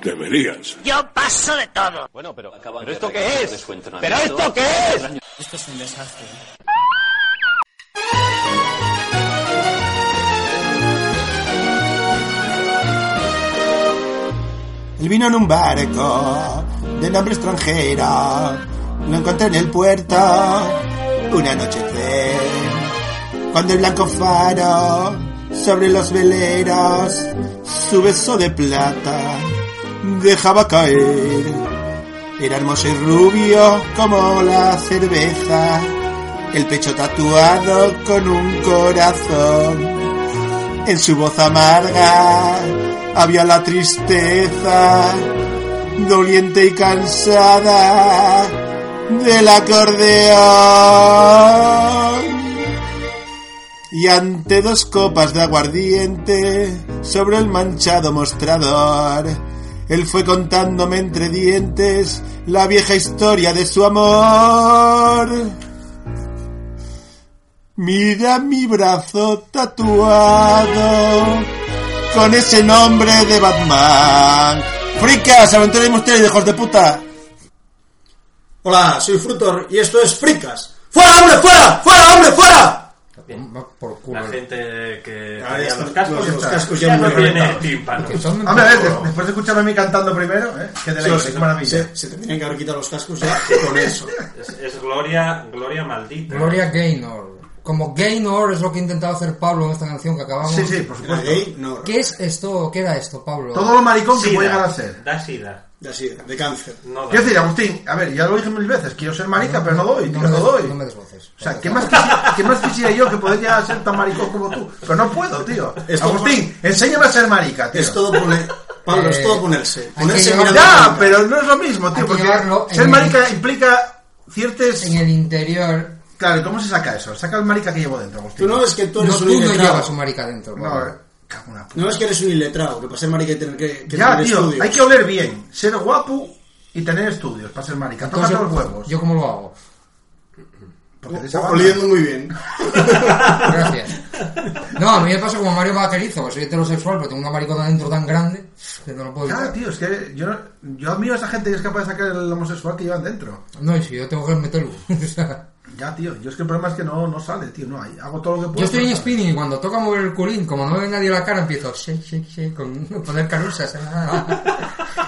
Deberías. Yo paso de todo. Bueno, pero, ¿pero ¿esto qué es? ¿Pero esto qué es? Esto es un desastre. Él vino en un barco de nombre extranjero. Lo encontré en el puerto un anochecer. Cuando el blanco faro sobre los veleros su beso de plata dejaba caer. Era hermoso y rubio como la cerveza, el pecho tatuado con un corazón. En su voz amarga había la tristeza, doliente y cansada del acordeón. Y ante dos copas de aguardiente sobre el manchado mostrador, él fue contándome entre dientes la vieja historia de su amor. Mira mi brazo tatuado con ese nombre de Batman. ¡Fricas, aventura y misterio, hijos de puta! Hola, soy Frutor y esto es Fricas. ¡Fuera, hombre, fuera! ¡Fuera, hombre, fuera! Bien. Por culo. La gente que Ah, ya tenía está, los cascos, los cascos ya ya muy no tiene reventados. tímpano. Que son Hombre, a ver, de- después de escucharme a mí cantando primero, ¿eh? Que te la Sí, es maravilla. Se, se tendrían que haber quitado los cascos ya con eso. Es, es gloria, gloria maldita. Gloria Gaynor. Como Gaynor es lo que ha intentado hacer Pablo en esta canción que acabamos. Sí, sí, por Era supuesto. gay, no. ¿Qué es esto? ¿Qué era esto, Pablo? Todo lo maricón que Sida. puede llegar a ser. Da sida. De sida, de cáncer. No da. Quiero decir, Agustín, a ver, ya lo dije mil veces, quiero ser marica, pero no doy, no me tío, no des- doy. no me des voces. O sea, ¿qué más, quisiera, qué más quisiera yo que poder llegar a ser tan maricón como tú? Pero no puedo, tío. Es todo Agustín, enséñame a ser marica, tío. Es todo poner. Pablo, es Eh, todo ponerse. hay Ponerse que mirando llevar- al Ya, hombre. pero no es lo mismo, Hay tío, que porque llevarlo en ser el- marica implica ciertos... En el interior. Claro, ¿cómo se saca eso? Saca el marica que llevo dentro, Agustín. Tú no ves que tú No, eres tú un no llevas un iletrado. marica dentro. No, Pablo. eh, cago en la puta. No ves que eres un iletrado, que para ser marica y tener que, que Ya, tener tío, estudios. hay que oler bien, ser guapo y tener estudios para ser marica. Tócate los huevos. ¿Yo cómo lo hago? Porque de esa O- banda- Oliendo muy bien. Gracias. No, a mí me pasa como Mario Vaquerizo, que soy heterosexual, pero tengo una maricona dentro tan grande que no lo puedo Claro, evitar. tío, es que yo, yo admiro a esa gente que es capaz de sacar el homosexual que llevan dentro. No, y si yo tengo que meterlo. O sea, Ya, tío, yo es que el problema es que no, no sale, tío, no hay. Hago todo lo que puedo. yo estoy en pero- spinning y cuando toca mover el culín, como no me ve nadie la cara, empiezo shake, shake, shake, con poner carusas. ah.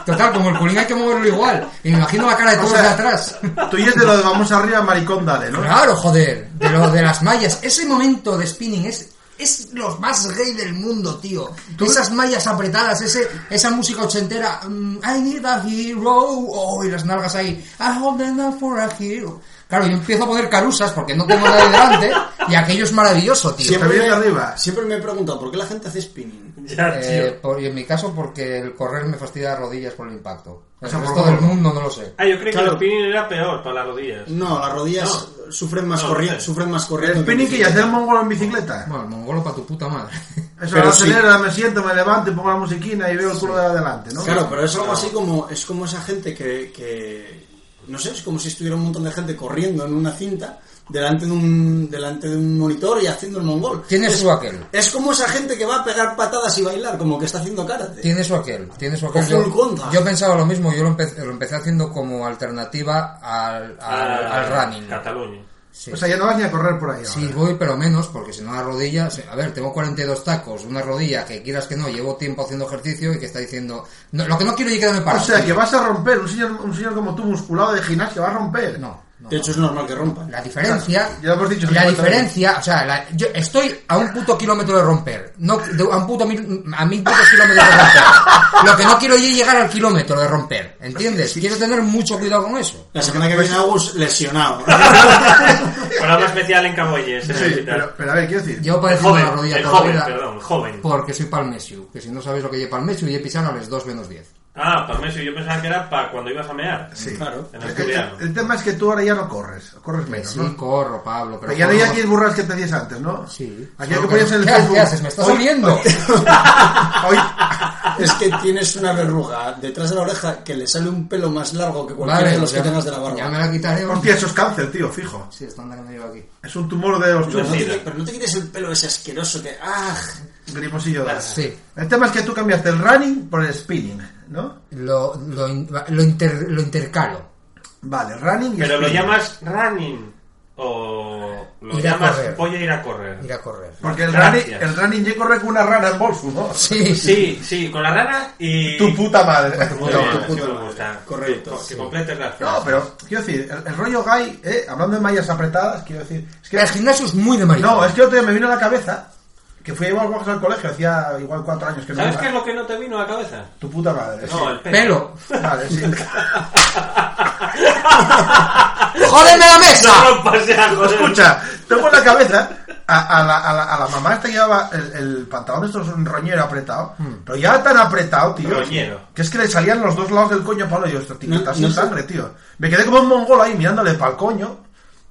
Total, como el culín hay que moverlo igual. Y me imagino la cara de O todos sea, de atrás. Tú eres de lo de vamos arriba, maricón, dale, ¿no? Claro, joder, de lo de las mallas. Ese momento de spinning es, es lo más gay del mundo, tío. Esas mallas apretadas, ese, esa música ochentera. mm, I need a hero. Oh, y las nalgas ahí. I hold them up for a hero. Claro, yo empiezo a poner carusas porque no tengo nadie delante. Y aquello es maravilloso, tío. Siempre- viene arriba. siempre me he preguntado por qué la gente hace spinning. Ya, tío. Eh, por- y en mi caso, porque el correr me fastidia las rodillas por el impacto. El O sea, por resto favor. del mundo no lo sé. Ah, yo creí Claro. que el spinning era peor para las rodillas. No, las rodillas sufren más No, corriente. no sé. Sufren más El corriente. spinning que ya es el mongolo en bicicleta. Bueno, el mongolo para tu puta madre. Eso, Pero lo sí. acelero, me siento, me levanto y pongo la musiquina y veo el culo de adelante, ¿no? Claro, pero es algo así como. Es como esa gente que. que- no sé, es como si estuviera un montón de gente corriendo en una cinta delante de un, delante de un monitor y haciendo el mongol. Tiene es, su aquel. Es como esa gente que va a pegar patadas y bailar, como que está haciendo karate. Tiene su aquel, tiene su aquel. Ojo el Yo, contra. yo pensaba lo mismo, yo lo empecé, lo empecé haciendo como alternativa al, al, Ah, al running. Cataluña. Sí. O sea, ya no vas ni a correr por ahí. Sí, ahora. voy, pero menos, porque si no la rodilla... se- A ver, tengo 42 tacos, una rodilla que quieras que no, llevo tiempo haciendo ejercicio y que está diciendo... "No, lo que no quiero es quedarme O parado. sea, tío". que vas a romper, un señor, un señor como tú, musculado de gimnasia, va a romper. No, De hecho, es normal que rompa. La diferencia. Ya lo hemos dicho La 50 diferencia. O sea, la- yo estoy a un puto kilómetro de romper. No, de- a un puto mil, a mil putos kilómetros de romper. Lo que no quiero yo es llegar al kilómetro de romper. ¿Entiendes? Quiero tener mucho cuidado con eso. La semana Pues que viene Agus lesionado. Programa especial en Caboyes. en el Sí, hospital. pero, pero a ver, quiero decir. Yo El padezco joven, una rodilla el toda la joven, vida perdón, el joven. Porque soy palmesiu. Que si no sabéis lo que lleva palmesiu, y he pisado a las 2 menos 10. Ah, Palmesio, yo pensaba que era para cuando ibas a mear. Sí. Claro. En Es que el, asturiano. el tema es que tú ahora ya no corres, corres menos, Pues Sí, ¿no? corro, Pablo. Pero Pero ya no hay corro- aquellas burradas que te hacías antes, ¿no? Sí. Aquello Solo que que- ponías en el ¿Qué Facebook. haces? Me estás Hoy- oliendo. hoy- es que tienes una verruga detrás de la oreja que le sale un pelo más largo que cualquiera Vale, de los ya- que tengas de la Ya barba. me la quitaré. hoy- Hostia, eso es cáncer, tío, fijo. Sí, está andando que me llevo aquí. Es un tumor de Pero, no osteoporosis. te, qui- pero no te quites el pelo ese asqueroso que. ¡Ah! Griposillo de- Sí. El tema es que tú cambiaste el running por el spinning, ¿no? Lo, lo, in- lo, inter- lo intercalo. Vale, running y Pero lo spinning. llamas running o lo Ir a llamas correr. voy a ir a correr. Ir a correr. Porque el running, Gracias. el running yo corre con una rana en bolso, ¿no? Sí, Sí, sí, con la rana y... Tu puta madre. Muy No, bien, tu así puta me madre. gusta. Correcto, Que, que sí. completes las frases. No, pero quiero decir, el, el rollo gay, eh, hablando de mallas apretadas, quiero decir. Es que, El gimnasio es muy de maricón. no, es que otro día me vino a la cabeza que fui a llevar guajas al colegio, hacía igual cuatro años que no ¿Sabes iba. qué es lo que no te vino a la cabeza? Tu puta madre. No, el Pelo. sí. Vale, sí. ¡Jódeme la No mesa! rompas ya, joder. Escucha, tengo en la cabeza a, a la, a, la, a la mamá esta que llevaba el, el pantalón de estos un roñero apretado, Hmm. pero ya tan apretado, tío. Roñero. Que es que le salían los dos lados del coño palo y yo, esto tío, No, está no sin sé. sangre, tío. Me quedé como un mongol ahí mirándole pa'l coño.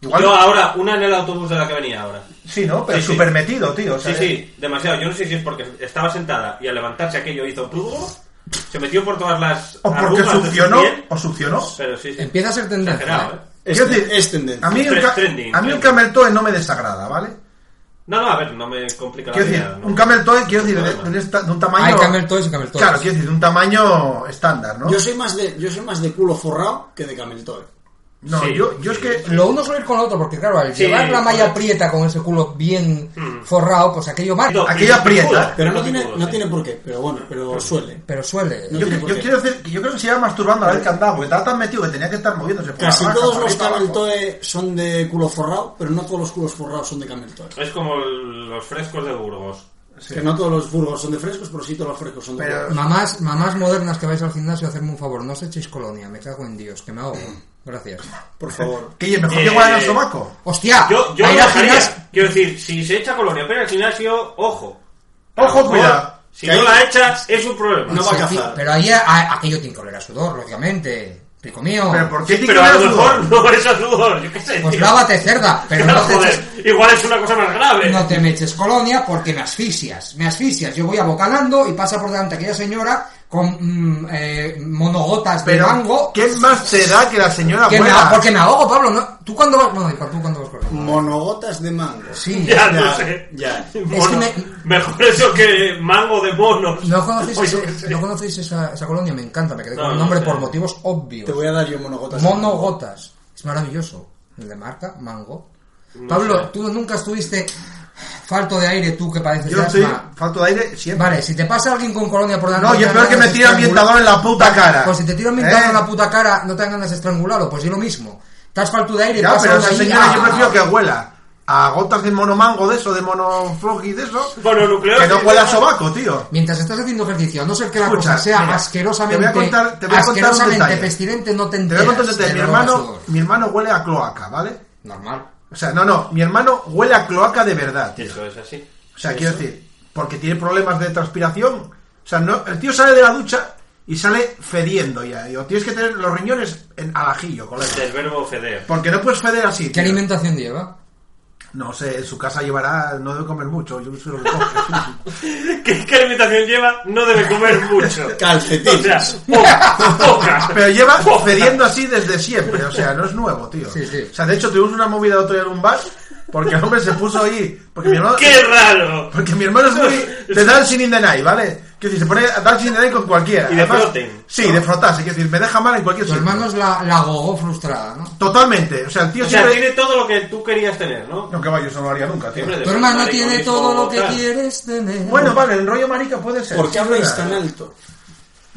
Igual, Yo ahora, una en el autobús de la que venía ahora. sí, ¿no? Pero Sí, sí. súper metido, tío. o sea, eh, Sí, sí, demasiado. Yo no sé si es porque estaba sentada y al levantarse aquello hizo... ¡prugo! Se metió por todas las... O porque arrugas de su succionó, piel. o succionó. Pero sí, sí. Empieza a ser tendencia. Exagerado, ¿eh? Es, Quiero decir, es tendencia. A mí, el, Tres ca- trending, a mí trending. el camel toe no me desagrada, ¿vale? No, no, a ver, no me complica la Quiero vida. decir, no. un camel toe, quiero decir, de, problema. de esta- de un tamaño... Hay camel toes y camel toes. Claro, quiero decir, de un tamaño estándar, ¿no? Yo soy más de, yo soy más de culo forrado que de camel toe. no, Sí, yo, yo sí. es que... Lo uno suele ir con lo otro, porque claro, al Sí, llevar la malla correcto. aprieta con ese culo bien Mm. forrado, pues aquello No, marca. y picudo, aquella aprieta. Pero no tiene, picudo, no sí. tiene por qué, pero bueno, pero suele. Pero suele. No Yo, tiene yo por qué. quiero decir, que yo creo que se iba masturbando a la vez que andaba, porque estaba tan metido que tenía que estar moviéndose. por la Casi granja, todos para los arriba, camel abajo. toe son de culo forrado, pero no todos los culos forrados son de camel toe. Es como el- los frescos de Burgos. Sí. Que no todos los burgos son de frescos, pero sí todos los frescos son de Pero- burgos. Mamás, mamás modernas que vais al gimnasio, hacerme un favor, no os echéis colonia, me cago en Dios, que me ahogo. Gracias. Por favor. Que oye, mejor Eh, que guardan el sobaco. ¡Hostia! Yo, yo A lo ir Ah, al dejaría. gimnasio- Quiero decir, si se echa colonia pero al gimnasio, ojo. Ojo, A lo mejor, cuidado. Si Que no ahí- la echas, es un problema. No va a Sí, cazar. Pero ahí a- aquello te incolera sudor, lógicamente. Pico mío. Pero ¿por qué Sí, tiene pero que a lo ver el mejor sudor? no es a sudor. Yo qué sé. Pues tío. lávate cerda, pero Claro, no te eches joder. Igual es una cosa más grave. No te me eches colonia porque me asfixias, me asfixias. Yo voy abocanando y pasa por delante aquella señora con mm, eh, monogotas de Pero, mango. ¿qué más te da que la señora que me fuera? ahogo- porque me ahogo, Pablo. ¿no? ¿Tú cuándo vas? Bueno, igual, ¿tú cuándo vas corriendo? Monogotas de mango. Sí. Ya, no Ya, sé. ya. Es que Mono. me- Mejor eso que mango de monos. ¿No conocéis, Oye, ese- qué sé. no conocéis esa, esa colonia? Me encanta, me quedé No, con el no nombre sé. por motivos obvios. Te voy a dar yo monogotas. de mango. Monogotas. Es maravilloso. El de marca, mango. Pablo, tú nunca estuviste falto de aire, tú que padeces Yo de estoy asma. falto de aire siempre. Vale, si te pasa alguien con colonia por delante... No, yo te es dan peor que me ganas de tira el ambientador en estrangular. la puta cara. Pues si te tiro ambientador ¿Eh? en la puta cara, no te dan ganas de estrangularlo. Pues yo lo mismo. Estás falto de aire... Ya, pasa pero una esa y- señora yo ¡ah! prefiero que huela a gotas de monomango de eso, de monoflogi de eso, Bueno, nuclear. que no huela a sobaco, tío. Mientras estás haciendo ejercicio, a no ser que la Escucha, cosa sea mira, asquerosamente, te voy a contar- te voy a contar un asquerosamente detalle. pestilente, no te Te enteras. voy a contar un de detalle. Mi lo que hermano, sudor. mi hermano huele a cloaca, ¿vale? Normal. O sea, no, no, mi hermano huele a cloaca de verdad, tío. Eso es así. O sea, quiero decir, porque tiene problemas de transpiración. O sea, no, el tío sale de la ducha y sale fediendo ya. Digo, tienes que tener los riñones en, al ajillo, colega. Del verbo feder. Porque no puedes feder así. ¿Qué tío. alimentación lleva? No sé, en su casa llevará, no debe comer mucho. Yo soy lo que como. ¿Qué, ¿Qué alimentación lleva? No debe comer mucho. Calcetines. O sea, poca, poca. Pero lleva Poca. cediendo así desde siempre, o sea, no es nuevo, tío. Sí, sí. O sea, de hecho tuvimos una movida otro día en un bar porque el hombre se puso ahí, porque mi hermano ¡Qué raro! porque mi hermano es muy de Dancing in the Night, ¿vale? Que decir, se pone a Dancing in the Night con cualquiera. Y de Además, froten. Sí, de frotarse, quiero decir, me deja mal en cualquier Tu sitio. hermano es la, la gogó frustrada, ¿no? Totalmente, o sea, el tío O sea, siempre tiene todo lo que tú querías tener, ¿no? No, que va, yo eso no lo haría nunca, tío. Siempre de Tu hermano mariconismo tiene todo lo que tal. quieres tener. Bueno, vale, el rollo marica puede ser. ¿Por qué sí, habláis verdad. tan alto?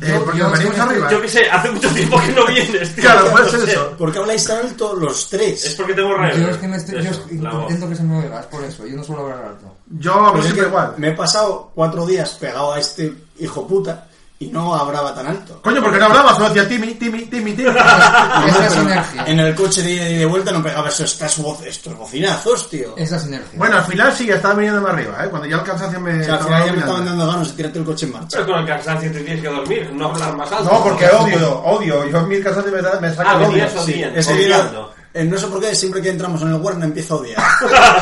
Eh, Yo- porque yo- venimos yo- arriba. ¿eh? Yo qué sé, hace mucho tiempo que no vienes. tío. Claro, pues. puede No ser sé. eso. Porque habláis tan alto los tres. Es porque tengo rabia. Yo es que me estoy, yo Eso, es- la voz. intento que se me oiga, es por eso. Yo no suelo hablar alto. Yo hablo Pero es siempre que igual. Me he pasado cuatro días pegado a este hijo puta y no hablaba tan alto. Ah, Coño, porque no hablabas, no hacía Timmy, Timmy, Timmy, Timmy. Ah, Esa es Pero energía. En el coche de ida y de vuelta no pegaba eso, estas voz, estos bocinazos, tío. Esa es energía. bueno, al final sí, estaba viniendo más arriba, ¿eh? Cuando ya el cansancio me... O sea, al estaba final ya me dominando. estaban dando ganas de tirarte el coche en marcha. Pero con el cansancio te tienes que dormir, no hablar más alto. No, porque odio, odio. Yo en mi cansancio me, da- me saca Ah, el odio. venías Sí, odiando. ese día, odiando. eh, no sé por qué, siempre que entramos en el Warner empiezo a odiar.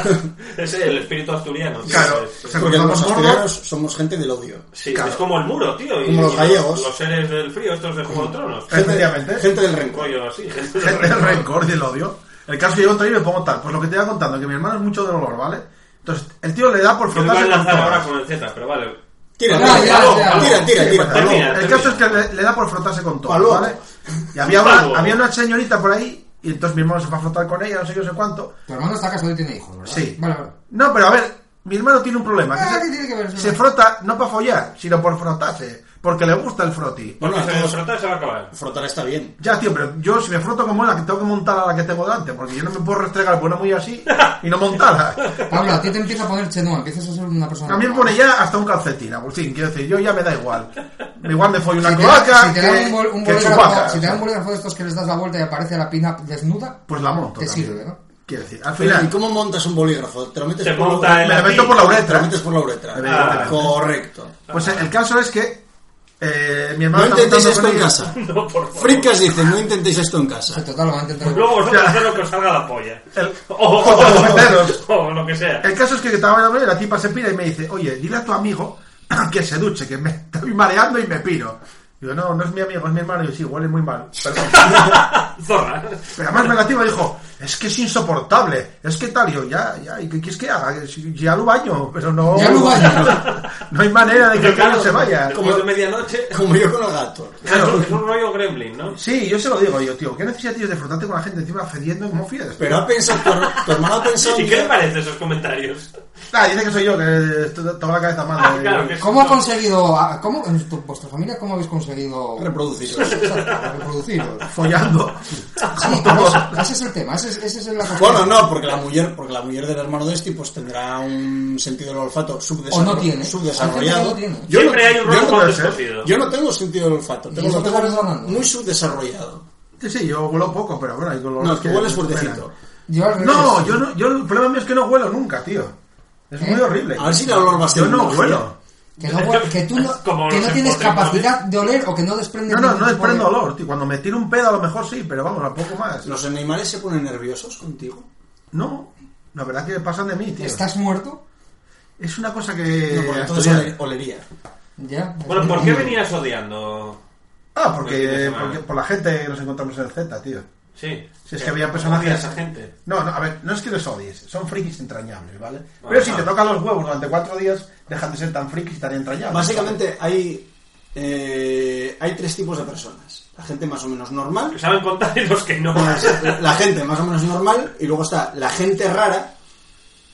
es el espíritu asturiano. tío. Claro, Es- o sea, Porque los Somos gordos. asturianos somos gente del odio. Sí, claro. es como el muro, tío. y- Como los y gallegos. Los seres del frío, estos de Juego de Tronos. Eh. Efectivamente. Gente, gente del rencor. Rollo así, gente del Gente, el rencor. rencor y el odio. El caso que yo otro día y me pongo tal. Pues lo que te iba contando, que mi hermano es mucho de dolor, ¿vale? Entonces, el tío le da por Yo me voy a frotarse con lanzar todas. ahora con el Z, pero vale. Tira, Ah, tira, ya, tira, ya. tira, tira, Sí, pues, tira. termina, el termina. caso es que le, le da por frotarse con todo, Palomo. ¿vale? Y había una, Palomo. había una señorita por ahí, y entonces mi hermano se fue a frotar con ella, no sé qué, no sé cuánto. Tu hermano está casado y tiene hijos, ¿verdad? Sí. Vale, vale. No, pero a ver, mi hermano tiene un problema. que Ah, se- ¿qué tiene que ver eso? se frota no para follar, sino por frotarse, porque le gusta el froti. Bueno, Porque a se todos- desfrota y se va a acabar. Frotar está bien. Ya, tío, pero yo si me froto como la que tengo que montar a la que tengo delante, porque yo no me puedo restregar por una muy así y no montarla. Pablo, a ti te empieza a poner chenúa, empiezas a ser una persona. A mí me pone ya hasta un calcetín, Agustín, quiero decir, yo ya me da igual. Igual me follo una Si te, cloaca si te que, dan un, bol- un que bolígrafo, chupaca, si te dan o sea, un bolígrafo de estos que les das la vuelta y aparece la pina desnuda, pues la monto. te también. sirve, ¿no? Quiero decir, al Pero, ¿Y final, cómo montas un bolígrafo? ¿Te lo metes Se por la monta en me la la meto pi- por la Te lo uretra. metes por la uretra. Ah, Evidentemente. Correcto. Pues el caso es que eh, mi hermano No está intentéis montando esto con en ella. casa. No, por favor. Fricas dicen, no intentéis esto en casa. Pues Total, lo van a intentar. Luego vosotros haced lo que os salga la polla. El- O, o- o los meseros. o lo que sea. El caso es que estaba en la playa, la tipa se pira y me dice, oye, dile a tu amigo que se duche, que me estoy mareando y me piro. Digo, no, no es mi amigo, es mi hermano. Y yo, sí, huele muy mal. Perdón. Zorra. Pero además me la tipa dijo, es que es insoportable, es que tal, y yo, ya, ya, ¿y qué quieres que haga? Si- Ya lo baño, pero no... Ya lo baño. no hay manera de que el Claro, coño se vaya. Después de medianoche. Como yo con el gato. Es un- es un rollo gremlin, ¿no? Sí, yo se lo digo, yo, tío, ¿qué necesidad tienes de frotarte con la gente encima cediendo como fieles? Pero ha pensado, tu, tu hermano ha pensado. ¿Y un qué le día- parece esos comentarios? Ah, dice que soy yo, que estoy- tengo la cabeza mal. Ah, eh. claro que sí. ¿Cómo ha conseguido, a- cómo, en tu- vuestra familia, cómo habéis conseguido Reproduciros. Exacto, reproduciros? Follando. Sí, pero ese- ese es el tema, ese es, ese es la cuestión. Bueno, no, porque la mujer, porque la mujer del hermano de este pues tendrá un sentido del olfato subdesarro- O no tiene. subdesarrollado. Hay gente que no lo tiene. Yo Siempre no- hay un yo no rollo puedo con ser. descosido. Yo no tengo sentido del olfato, tengo, eso lo te tengo estás hablando? muy subdesarrollado. Sí, sí, yo huelo poco, pero bueno, hay colores No, tú Pues que hueles me fuertecito. Yo al superan. revés. No, yo no, yo el problema mío es que no huelo nunca, tío. Es muy ¿Eh? horrible. A ver si el olor va a ser ¿eh? Yo no magia. huelo. Que, no hue- que tú no, Como que los no tienes empotremos, capacidad de oler o que no desprendes No, no, ningún tipo no de- desprendo olor, tío. Cuando me tiro un pedo a lo mejor sí, pero vamos, a poco más. ¿Los animales se ponen nerviosos contigo? No, la verdad que pasan de mí, tío. ¿Estás muerto? Es una cosa que... no, porque entonces Asturias- ole- olería. Ya. Bueno, ¿por qué venías odiando? El Ah, fin de porque, semana. porque por la gente que nos encontramos en el Z, tío. Sí. Si Eh, es que había personajes- Odias a gente. No, no, a ver, no es que les odies, son frikis entrañables, ¿vale? Ah, Pero Ajá. si te tocan los huevos durante cuatro días, dejan de ser tan frikis y tan entrañables. Básicamente hay, eh, hay tres tipos de personas. La gente más o menos normal, Que saben contar y los que no. la- la gente más o menos normal y luego está la gente rara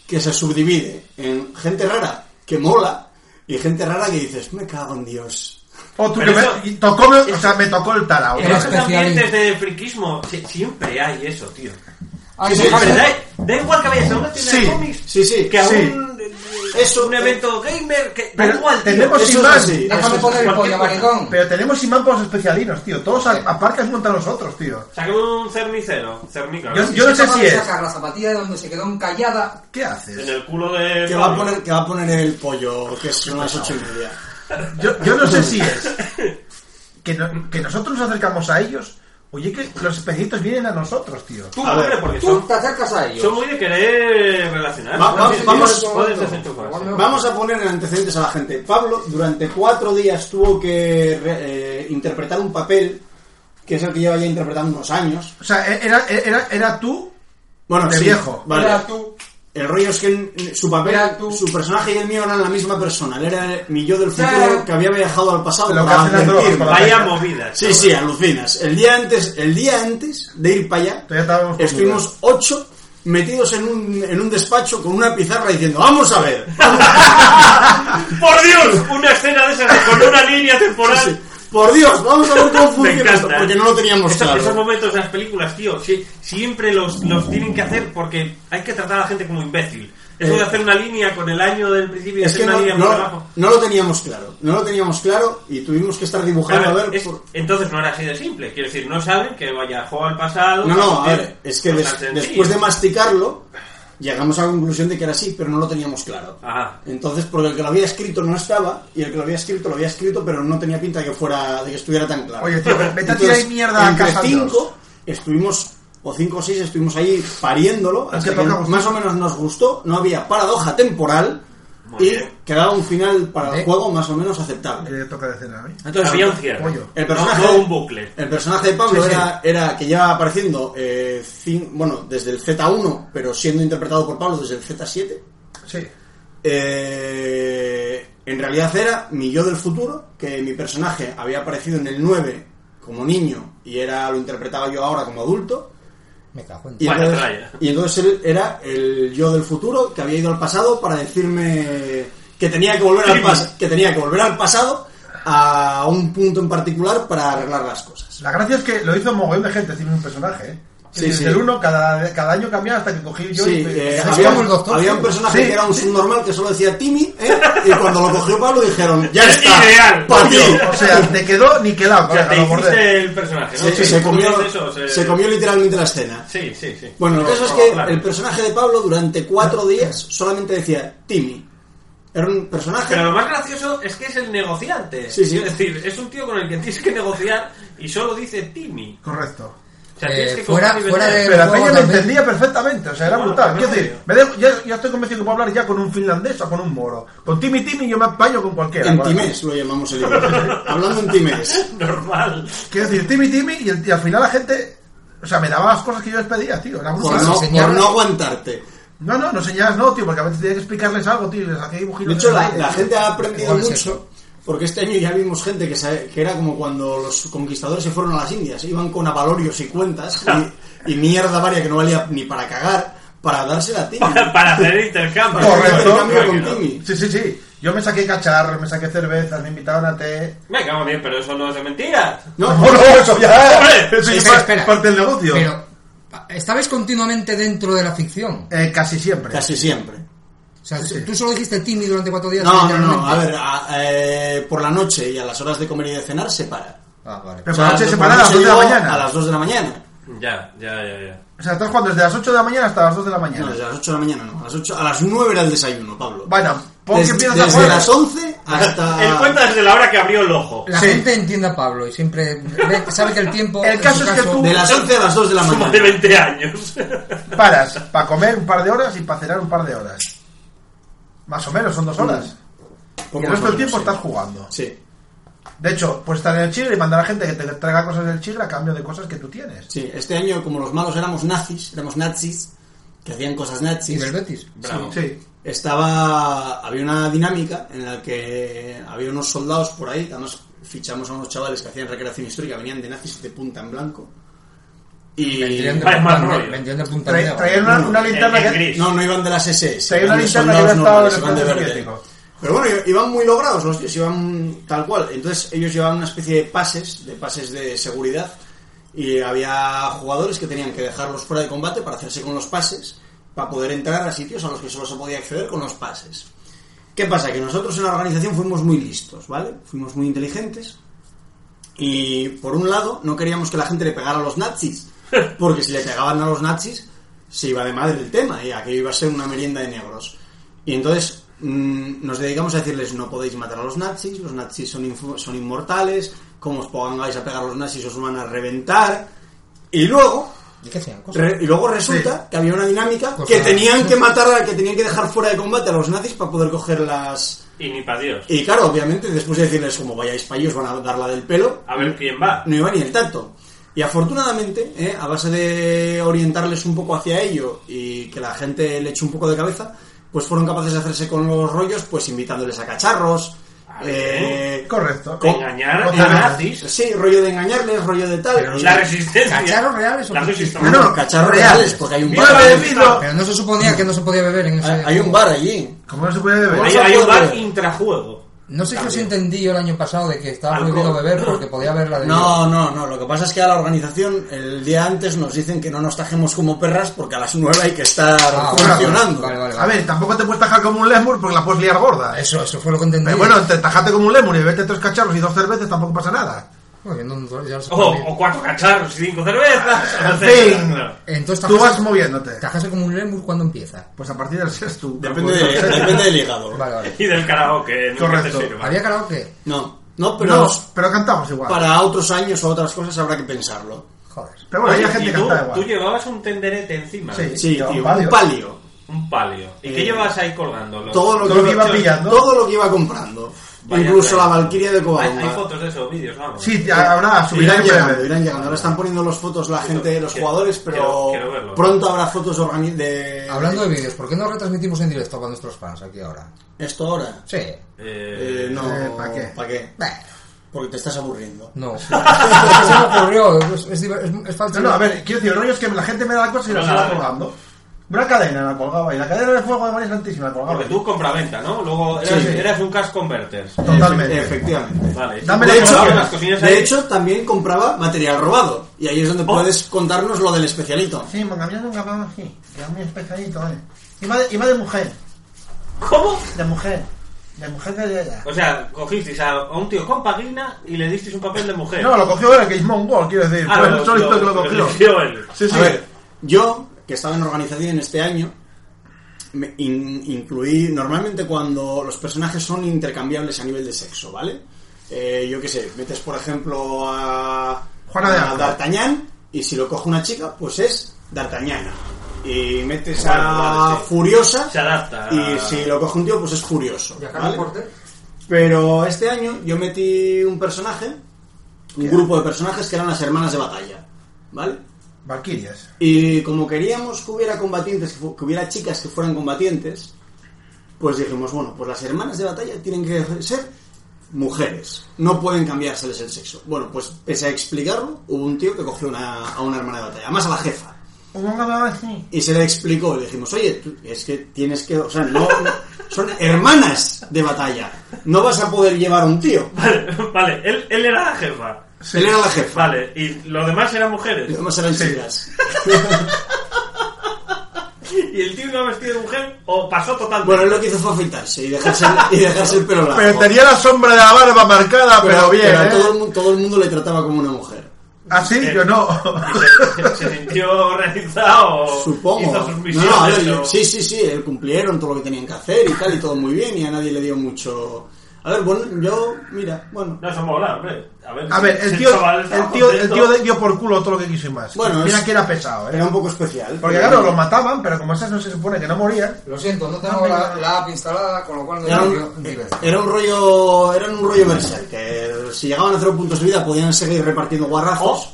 que se subdivide en gente rara que mola y gente rara que dices, me cago en Dios. O tú Pero que eso- Eh, me, y tocó, o sea, me tocó el tarao. En Pero ¿no? esos especial- ambientes de friquismo si- siempre hay eso, tío. Ay, Sí, sí, Pero sí. Da, da igual que vayas a una tienda Sí, de cómics sí, sí, Eh, que a sí. un, Eso- un evento gamer. Que, da Pero igual, tío. tenemos Eso es imán. así. Déjame Eso es- poner el cualquier pollo, maricón. Pero tenemos imán para los especialinos, tío. Todos a- aparcan contra nosotros, tío. Sácame un cernicero. Cernica. Yo- ¿no? yo no sé Acaba si de es. sacar la zapatilla de donde se quedó encallada. ¿Qué En haces? el culo de. Que va a poner, que va a poner el pollo, que son las ocho y media. Yo, yo no sé si es que, no- que nosotros nos acercamos a ellos. Oye, que los especialitos vienen a nosotros, tío. Tú, A ver, hombre, porque Tú son, te acercas a ellos. son muy de querer relacionar. Va- va- vamos- puedes desenchufarse. Vamos a poner en antecedentes a la gente. Pablo durante cuatro días tuvo que re- eh, interpretar un papel que es el que lleva ya interpretando unos años. O sea, e-, era, era, era tú. Bueno, De sí, viejo. Vale. Era tú. El rollo es que en- su papel, Era tú. su personaje y el mío eran la misma persona. Él era mi yo del futuro Claro. que había viajado al pasado Lo que para hacen las drogas advertirme. con la- Vaya movida. Sí, sí, alucinas. El día antes, el día antes de ir para allá, Todavía estábamos con estuvimos ocho metidos en un, en un despacho con una pizarra diciendo, vamos a ver. vamos a ver". ¡Por Dios! Una escena de esas con una línea temporal. Sí, sí. Por Dios, vamos a ver cómo Me funciona esto, encanta. porque no lo teníamos Esos- claro. Esos momentos de las películas, tío, sí, siempre los, los tienen que hacer porque hay que tratar a la gente como imbécil. Eso de hacer una línea con el año del principio y Eh, es hacer que una no, línea por no, abajo. no lo teníamos claro. No lo teníamos claro y tuvimos que estar Claro, dibujando a ver. Ah, es- por- Entonces no era así de simple. Quiero decir, no saben que vaya juego al pasado. No, no, a que- ver, es que no eh, des- tan sencillo. después de masticarlo, llegamos a la conclusión de que era así, pero no lo teníamos claro. Ajá. Entonces, porque el que lo había escrito no estaba, y el que lo había escrito lo había escrito, pero no tenía pinta de que fuera, de que estuviera tan claro. Oye, tío, vete a tirar Entonces, mierda a entre casa de cinco, estuvimos, o cinco o seis, estuvimos ahí pariéndolo, hasta que que tocamos. más o menos nos gustó, no había paradoja temporal, y quedaba un final para el Eh. juego más o menos aceptable. Eh, toca de cena, ¿eh? Entonces, Había un cierre. Pollo. el personaje, No, no un bucle. El personaje de Pablo Sí, sí. Era, era que lleva apareciendo, eh, cin- bueno, desde el Z1, pero siendo interpretado por Pablo desde el Z7. Sí. Eh, en realidad era mi yo del futuro, que mi personaje había aparecido en el 9 como niño y era lo interpretaba yo ahora como adulto. Me cago en Y Vaya entonces, tralla. y entonces él era el yo del futuro que había ido al pasado para decirme que tenía que volver al, pas- que tenía que volver al pasado a un punto en particular para arreglar las cosas. La gracia es que lo hizo mogollón de gente, tiene un personaje, ¿eh? Sí, Desde sí. el uno, cada, cada año cambiaba hasta que cogí yo Sí, y... eh, Así había, como el doctor había un Who. personaje Sí, que era un subnormal que solo decía Timmy, ¿eh? y cuando lo cogió Pablo dijeron, ya Es está, ideal, pa' ti. O sea, te quedó niquelado. O sea, colega, te lo bordé. hiciste el personaje, ¿no? Se, Sí, se tú comió, dices eso, se- se comió literalmente la escena. Sí, sí, sí. Bueno, el Por- caso es por que hablar. el personaje de Pablo durante cuatro días solamente decía Timmy. Era un personaje... Pero lo más gracioso es que es el negociante. Sí, sí. Es decir, es un tío con el que tienes que negociar y solo dice Timmy. Correcto. O sea, Eh, tienes que fuera- comprar y fuera vender. de- Pero la luego peña me también- entendía perfectamente, o sea, era Bueno, brutal. pero Quiero decir, me dejo- ya, ya estoy convencido que puedo hablar ya con un finlandés o con un moro. Con Timmy Timmy yo me apaño con cualquiera. En con- timés lo llamamos el libro. Hablando en timés. Normal. Quiero decir, Timmy Timmy y, el- y al final la gente... O sea, me daba las cosas que yo les pedía, tío. Era Por brutal. no, señora. por no aguantarte. No, no, no señalas, no, tío, porque a veces tenía que explicarles algo, tío, y les hacía dibujitos. De hecho, la, Ay, la gente ha aprendido Igual es mucho, porque este año ya vimos gente que, sabe- que era como cuando los conquistadores se fueron a las Indias, iban con avalorios y cuentas y, y mierda varia que no valía ni para cagar, para dársela a Timmy. Para, para hacer intercambio. Para hacer Correcto. intercambio con Venga, Timmy. Sí, sí, sí. Yo me saqué cacharros, me saqué cervezas, me invitaron a té. Me cago en bien, pero eso no es de mentira. No, No, no, eso ya Hombre, eso espera, ya es espera. parte del negocio. Pero, ¿estabais continuamente dentro de la ficción? Eh, casi siempre. casi siempre. O sea, tú solo dijiste Timmy durante cuatro días. No, no, no. literalmente. ah, A ver, a- eh, por la noche y a las horas de comer y de cenar se para. Ah, vale. Pero por la noche de- se por paraba a las noche 2 de la llegó mañana. A las 2 de la mañana. Ya, ya, ya, ya. O sea, estás jugando desde las 8 de la mañana hasta las 2 de la No, mañana. desde las 8 de la mañana no. A las, 8, a las 9 era el desayuno, Pablo. Bueno, pon que Desde- empiezas a desde jugar. las 11 hasta... Él cuenta desde la hora que abrió el ojo. La Sí. gente entiende a Pablo y siempre ve- sabe que el tiempo. El en caso su es que tú- De las 11 a las 2 de la Somos de mañana. 20 años. Paras para comer un par de horas y para cenar un par de horas. Más o menos, son dos horas. Y Mm. Poco más el resto del o menos, tiempo sí. estás jugando. Sí, De hecho, pues estar en el chigre y mandar a gente que te traiga cosas del chigre a cambio de cosas que tú tienes. sí. Este año, como los malos éramos nazis, éramos nazis, que hacían cosas Y nazis, del Betis. Bravo. Sí. estaba... Había una dinámica en la que había unos soldados por ahí, además fichamos a unos chavales que hacían recreación histórica, venían de nazis de punta en blanco. Y... Vendrían de Vale, mal punta ne- rollo. vendrían de punta Tra- negra. traían una, una linterna En- en que... gris. No, no iban de las SS. sea, hay una iban de linterna que soldados hubiera estado normales, en el iban de frente verde. soviético. Pero bueno, iban muy logrados los tíos, iban tal cual. Entonces ellos llevaban una especie de pases, de pases de seguridad, y había jugadores que tenían que dejarlos fuera de combate para hacerse con los pases, para poder entrar a sitios a los que solo se podía acceder con los pases. ¿Qué pasa? Que nosotros en la organización fuimos muy listos, ¿vale? Fuimos muy inteligentes. Y por un lado, no queríamos que la gente le pegara a los nazis, porque si le pegaban a los nazis, se iba de madre el tema, y aquello iba a ser una merienda de negros. Y entonces mm, nos dedicamos a decirles: no podéis matar a los nazis, los nazis son, infu- son inmortales, como os pongáis a pegar a los nazis os van a reventar. Y luego, ¿Y qué hacían? Cosas. re- y luego resulta que había una dinámica Cosa- que tenían que matar, a- que tenían que dejar fuera de combate a los nazis para poder coger las. Y ni para Dios. Y claro, obviamente, después de decirles como vayáis para ellos, van a dar la del pelo A ver quién va. no iba ni el tanto. Y afortunadamente, eh, a base de orientarles un poco hacia ello y que la gente le eche un poco de cabeza, pues fueron capaces de hacerse con los rollos, pues invitándoles a cacharros. Ah, ver, eh, Correcto. con- Engañar con- a nazis. Sí, rollo de engañarles, rollo de tal. Y- La resistencia. ¿Cacharros reales o La qué? resistencia. No, no, cacharros reales, reales, porque hay un Viva bar. la ahí. bebida. Pero no se suponía que no se podía beber en ese. Hay, hay un bar allí. Como no se puede beber. Hay, hay un bar intrajuego. No sé si os También. entendí yo el año pasado de que estaba Alcohol. prohibido beber porque podía haber la de No, no, no. Lo que pasa es que a la organización el día antes nos dicen que no nos tajemos como perras porque a las 9 hay que estar Ah, vale, funcionando. Vale, vale, A ver, tampoco te puedes tajar como un lemur porque la puedes liar gorda. Eso, eso fue lo que entendí. Pero bueno, te tajate como un lemur y vete tres cacharros y dos cervezas, tampoco pasa nada. Oye, no, no, ya lo sé. Ojo, o cuatro cacharros y cinco cervezas. En etcétera. fin. Claro. Entonces, Tú vas tajase- moviéndote. tajase como un lemur cuando empieza. Pues a partir del sexto. Depende, de- depende del hígado. Pues Vale, vale. Y del karaoke. nunca Correcto. te sirva. ¿Había karaoke? No, no, pero Pero, pero cantamos igual. para otros años o otras cosas habrá que pensarlo. Joder. Pero bueno, Oye, había gente y que tú, cantaba igual. tú llevabas un tenderete encima. Sí. Sí, tío, llevan un varios. palio. Un palio. ¿Y qué Eh, llevabas ahí colgando? Los- Todo lo, Todo lo que iba, iba pillando. todo lo que iba comprando. Vaya Incluso tela. la Valquiria de Hay, hay Cobamba. fotos de esos vídeos, vamos. Sí, te- ahora subirá Irán en llegando, breve. irán llegando. Ahora están poniendo las fotos la gente de los quiero- jugadores, pero quiero- quiero verlo. pronto habrá fotos organi- de... Hablando de vídeos, ¿por qué no retransmitimos en directo para nuestros fans aquí ahora? ¿Esto ahora? Sí. Eh, Eh, no, Eh, ¿pa' qué? ¿Para qué? Bah, Porque te estás aburriendo. No. Se me ocurrió. Es, es, diver- es- es falso. No, no, a ver, quiero decir, el rollo es que la gente me da la cosa y la Hola, estaba a ver. colgando. Una cadena la colgaba y la cadena de fuego de María Santísima la colgaba. porque tú compraventa, ¿no? Luego eras, Sí, sí. eras un cash converters. Totalmente. Efe- Efectivamente. Vale. Dame Y la tú hecho- colgabas las cosillas De ahí. Oh. hecho, también compraba material robado. Y ahí es donde puedes contarnos lo del especialito. Sí, manga, mira, nunca va aquí. Que era muy espejadito, ¿vale? Iba eh. de, iba de mujer, ¿Cómo? de mujer. De mujer de ella. O sea, cogisteis a a un tío con paguina y le disteis un papel de mujer. No, lo cogió era que Gizmón Wall, quiero decir. eh. Ah, fue lo- el solito lo- que lo cogió. eligió él. Sí, sí. A ver, yo, que estaba en organización este año, me in- incluí normalmente cuando los personajes son intercambiables a nivel de sexo, ¿vale? Eh, yo qué sé, metes por ejemplo a, Juana de a Arco. D'Artagnan y si lo coge una chica, pues es D'Artagnana. Y metes Vale, a vale, sí. Furiosa Se adapta. y si lo coge un tío, pues es Furioso. ¿Y a Carlos ¿vale? Porter? Pero este año yo metí un personaje, un grupo de personajes que eran las hermanas de batalla, ¿vale? Valkyrias. Y como queríamos que hubiera combatientes, que, fu- que hubiera chicas que fueran combatientes, pues dijimos, bueno, pues las hermanas de batalla tienen que ser mujeres. No pueden cambiárseles el sexo. Bueno, pues pese a explicarlo, hubo un tío que cogió una- a una hermana de batalla, más a la jefa. Un manga va así. Y se le explicó, le dijimos, oye, tú- es que tienes que, o sea, no, son hermanas de batalla. No vas a poder llevar a un tío. Vale, vale, él, él era la jefa. Él era la jefa. Vale, y los demás eran Y mujeres. además eran chicas. ¿Y el tío iba vestido de mujer o pasó totalmente? Bueno, él lo que hizo fue afeitarse y dejarse el, y dejarse el pelo largo. Pero tenía la sombra de la barba marcada, pero, bien, Ah, pero a ¿eh? todo, el, mu- todo el mundo le trataba como una mujer. Así, Eh, ¿Ah, yo no. y se, se sintió realizado. o Supongo. Oh, Hizo sus No, misiones. no, a ver, o- yo- sí, sí, sí, eh, cumplieron todo lo que tenían que hacer y tal, y todo muy bien, y a nadie le dio mucho. A ver, bueno, yo, mira, bueno. No, eso mola, hombre. A ver, A ver, si el tío, chaval estaba el tío, el contento. tío dio por culo todo lo que quiso y más. Bueno, Mira es- que era pesado, Era ¿eh? un poco especial. Porque pero- claro, lo mataban, pero como esas no se supone que no morían, Lo siento, no Ah, tengo la, la app instalada, con lo cual no Era tengo un, ni ver. era un rollo eran un rollo berserker si llegaban a cero puntos de vida podían seguir repartiendo guarrazos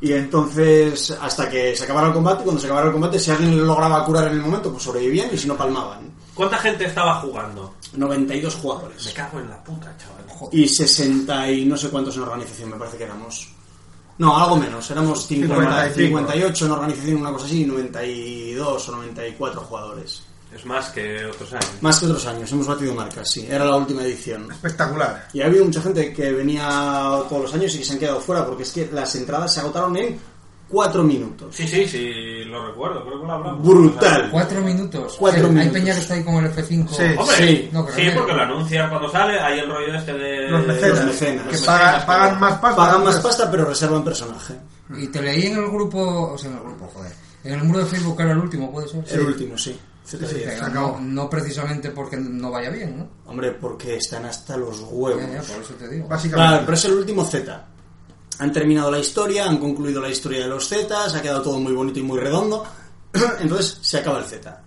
y entonces hasta que se acabara el combate cuando se acabara el combate si alguien lograba curar en el momento pues sobrevivían y si no palmaban ¿Cuánta gente estaba jugando? 92 Me jugadores cago en la puta, chaval. y 60 y no sé cuántos en organización me parece que éramos no, algo menos, éramos 50, 55. 58 en organización, una cosa así, y 92 o 94 jugadores. Es más que otros años. Más que otros años, hemos batido marcas, sí, era la última edición. espectacular. Y ha habido mucha gente que venía todos los años y que se han quedado fuera porque es que las entradas se agotaron en cuatro minutos. Sí, sí, sí, lo recuerdo. Creo que lo hablamos. Brutal. Cuatro minutos. Cuatro Sí, Hay minutos. Peña que está ahí con el F5. Sí. Hombre, Sí, Pues, sí, no, pero no. porque lo anuncian cuando sale. Hay el rollo este de. Los mecenas. los mecenas. Que paga- pagan más pasta. pues, Pagan más pasta pero reservan personaje. Y te leí en el grupo, o sea, en el grupo, joder. En el muro de Facebook que era el último, puede ser. El último, sí. Pero se acabó. no, no precisamente porque no vaya bien, ¿no? Hombre, porque están hasta los Ya, ya, huevos. por eso te digo. Claro, Básicamente. pero es el último Z. Han terminado la historia, han concluido la historia de los Zetas, ha quedado todo muy bonito y muy redondo. Entonces se acaba el Z.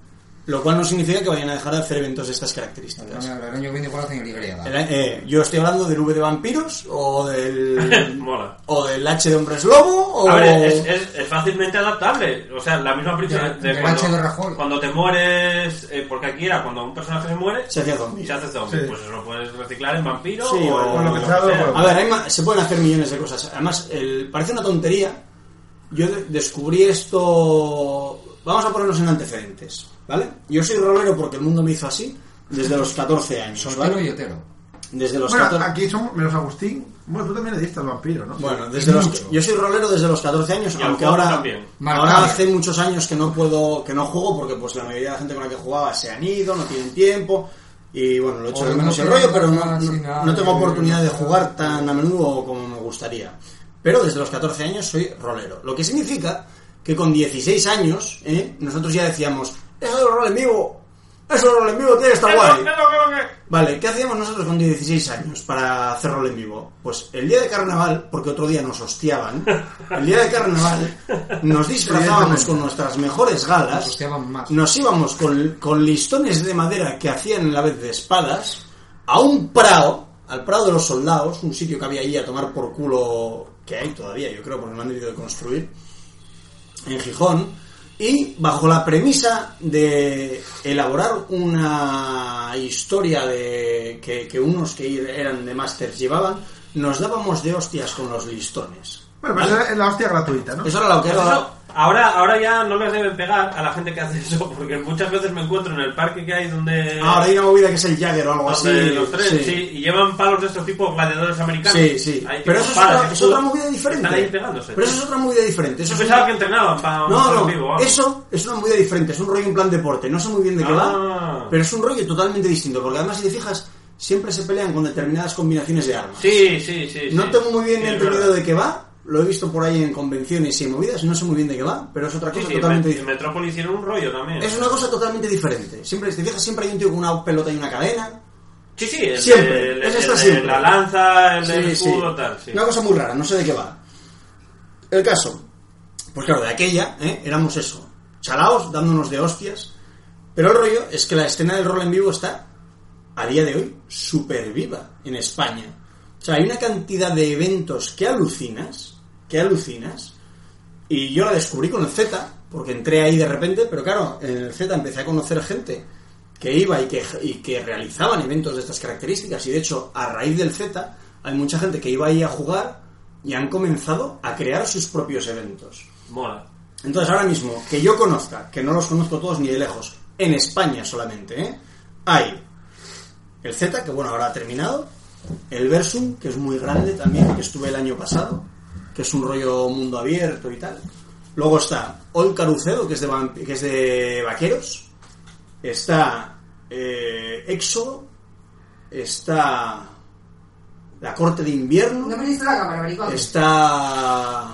Lo cual no significa que vayan a dejar de hacer eventos de estas No, características. no, El año que viene igual hacen el Y. El- eh, yo estoy hablando del V de vampiros o del Mola. o del H de hombres lobo o A ver, es, es- es fácilmente adaptable. O sea, la misma De- prisa de, del cuando, H de Rajoy. cuando te mueres. eh, porque aquí era cuando un personaje se muere. se hacía zombie. Y se hace zombie. Sí. Pues eso lo puedes reciclar en vampiro Sí, o, o en lo que sea, lo A ver, hay ma- se pueden hacer millones de cosas. Además, el- parece una tontería. Yo de- descubrí esto. Vamos a ponernos en antecedentes, ¿vale? Yo soy rolero porque el mundo me hizo así desde los 14 años, Soltero ¿vale? y hetero. Desde los Bueno, 14. aquí somos menos Agustín. Bueno, tú también le diste al vampiro, ¿no? Bueno, desde los, yo soy rolero desde los 14 años, Y al aunque juego ahora, también. ahora Marcable. hace muchos años que no puedo, que no juego porque pues la mayoría de la gente con la que jugaba se han ido, no tienen tiempo y bueno, lo he hecho O de no menos el tienen rollo, pero no, ganas no- ni nada, no tengo eh, oportunidad de no. jugar tan a menudo como me gustaría. Pero desde los 14 años soy rolero, lo que significa que con 16 años ¿eh? nosotros ya decíamos, eso es rol en vivo, eso es rol en vivo, tiene que estar guay. Vale, ¿qué hacíamos nosotros con 16 años para hacer rol en vivo? Pues el día de carnaval, porque otro día nos hostiaban, el día de carnaval nos disfrazábamos con nuestras mejores galas, Nos hostiaban más. nos íbamos con, con listones de madera que hacían en la vez de espadas a un prao, al prao de los soldados, un sitio que había allí a tomar por culo, que hay todavía, yo creo, porque lo han debido de construir, en Gijón, y bajo la premisa de elaborar una historia de que, que unos que ir- eran de Masters llevaban, nos dábamos de hostias con los listones. Bueno, pues ¿Vale? esa es la hostia gratuita, ¿no? Eso era lo que Pues era... eso, ahora, ahora ya no les deben pegar a la gente que hace eso, porque muchas veces me encuentro en el parque que hay donde. Ah, Ahora hay una movida que es el Jagger o algo así. donde los tres, sí. sí. y llevan palos de estos tipos gladiadores americanos. Sí, sí. Ahí Pero tienen eso es palas, otra, que es otra tú- movida diferente. Están ahí pegándose. Pero eso es otra movida diferente. Eso Yo es pensaba un- que entrenaban para un No, juego no, en vivo, vamos. eso es una movida diferente, es un rollo en plan deporte, no sé muy bien de qué Ah. va, pero es un rollo totalmente distinto, porque además si te fijas, siempre se pelean con determinadas combinaciones de armas. Sí, sí, sí. no sí. tengo muy bien Sí, es entendido verdad. de qué va, lo he visto por ahí en convenciones y en movidas, no sé muy bien de qué va, pero es otra Sí, cosa sí, totalmente en- en diferente. Metrópolis hicieron un rollo también. Es una cosa totalmente diferente. Siempre, si te fijas, siempre hay un tío con una pelota y una cadena. Sí, sí, el, Siempre, el- eso el- está el- siempre. La lanza, el, el Sí, sí. escudo, tal. Sí. Una cosa muy rara, no sé de qué va. El caso. Pues claro, de aquella, ¿eh? éramos eso. Chalaos, dándonos de hostias. Pero el rollo es que la escena del rol en vivo está, a día de hoy, súper viva en España. O sea, hay una cantidad de eventos que alucinas, que alucinas. Y yo la descubrí con el Z, porque entré ahí de repente, pero claro, en el Z empecé a conocer gente que iba y que, y que realizaban eventos de estas características. Y de hecho, a raíz del Z, hay mucha gente que iba ahí a jugar y han comenzado a crear sus propios eventos. Mola. Entonces, ahora mismo, que yo conozca, que no los conozco todos ni de lejos, en España solamente, ¿eh? hay el Z, que bueno, ahora ha terminado, el Versum, que es muy grande también, que estuve el año pasado, que es un rollo mundo abierto y tal. Luego está Old Carucedo, que es de, vamp- que es de vaqueros. Está eh, Éxodo. Está La Corte de Invierno. No me diste la cámara, maricón. Está...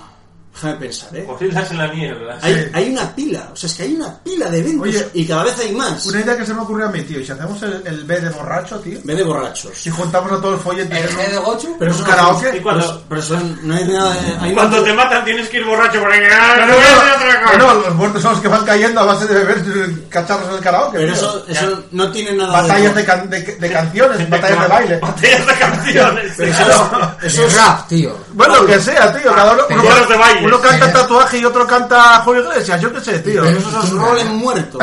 Déjame pensar, ¿eh? Gorilas en la niebla. Hay, hay una pila, o sea, es que hay una pila de eventos Oye, y cada vez hay más. Una idea que se me ocurrió a mí, tío. ¿Y si hacemos el, el B de borracho, tío? Ve de borrachos. Si juntamos a todos los folletos. ¿El G de Gochu? Pero ¿Un eso no- karaoke? Y cuando, Pero, pero eso no hay nada de... hay cuando una- te matan tienes que ir borracho por ahí. No, ¡Ah, no, voy a hacer otra no, cosa! no, los muertos son los que van cayendo a base de beber cacharros en el karaoke. Pero tío. eso, eso no tiene nada Batallas de, can- de, de canciones, batallas de baile. Batallas de canciones. Pero eso, eso Es es... rap, tío. Bueno, lo que sea, tío. Cada uno, uno, Peleas de baile. uno canta Peleas. tatuaje y otro canta Julio Iglesias. Yo qué sé, tío. Pero eso es rol en muerto.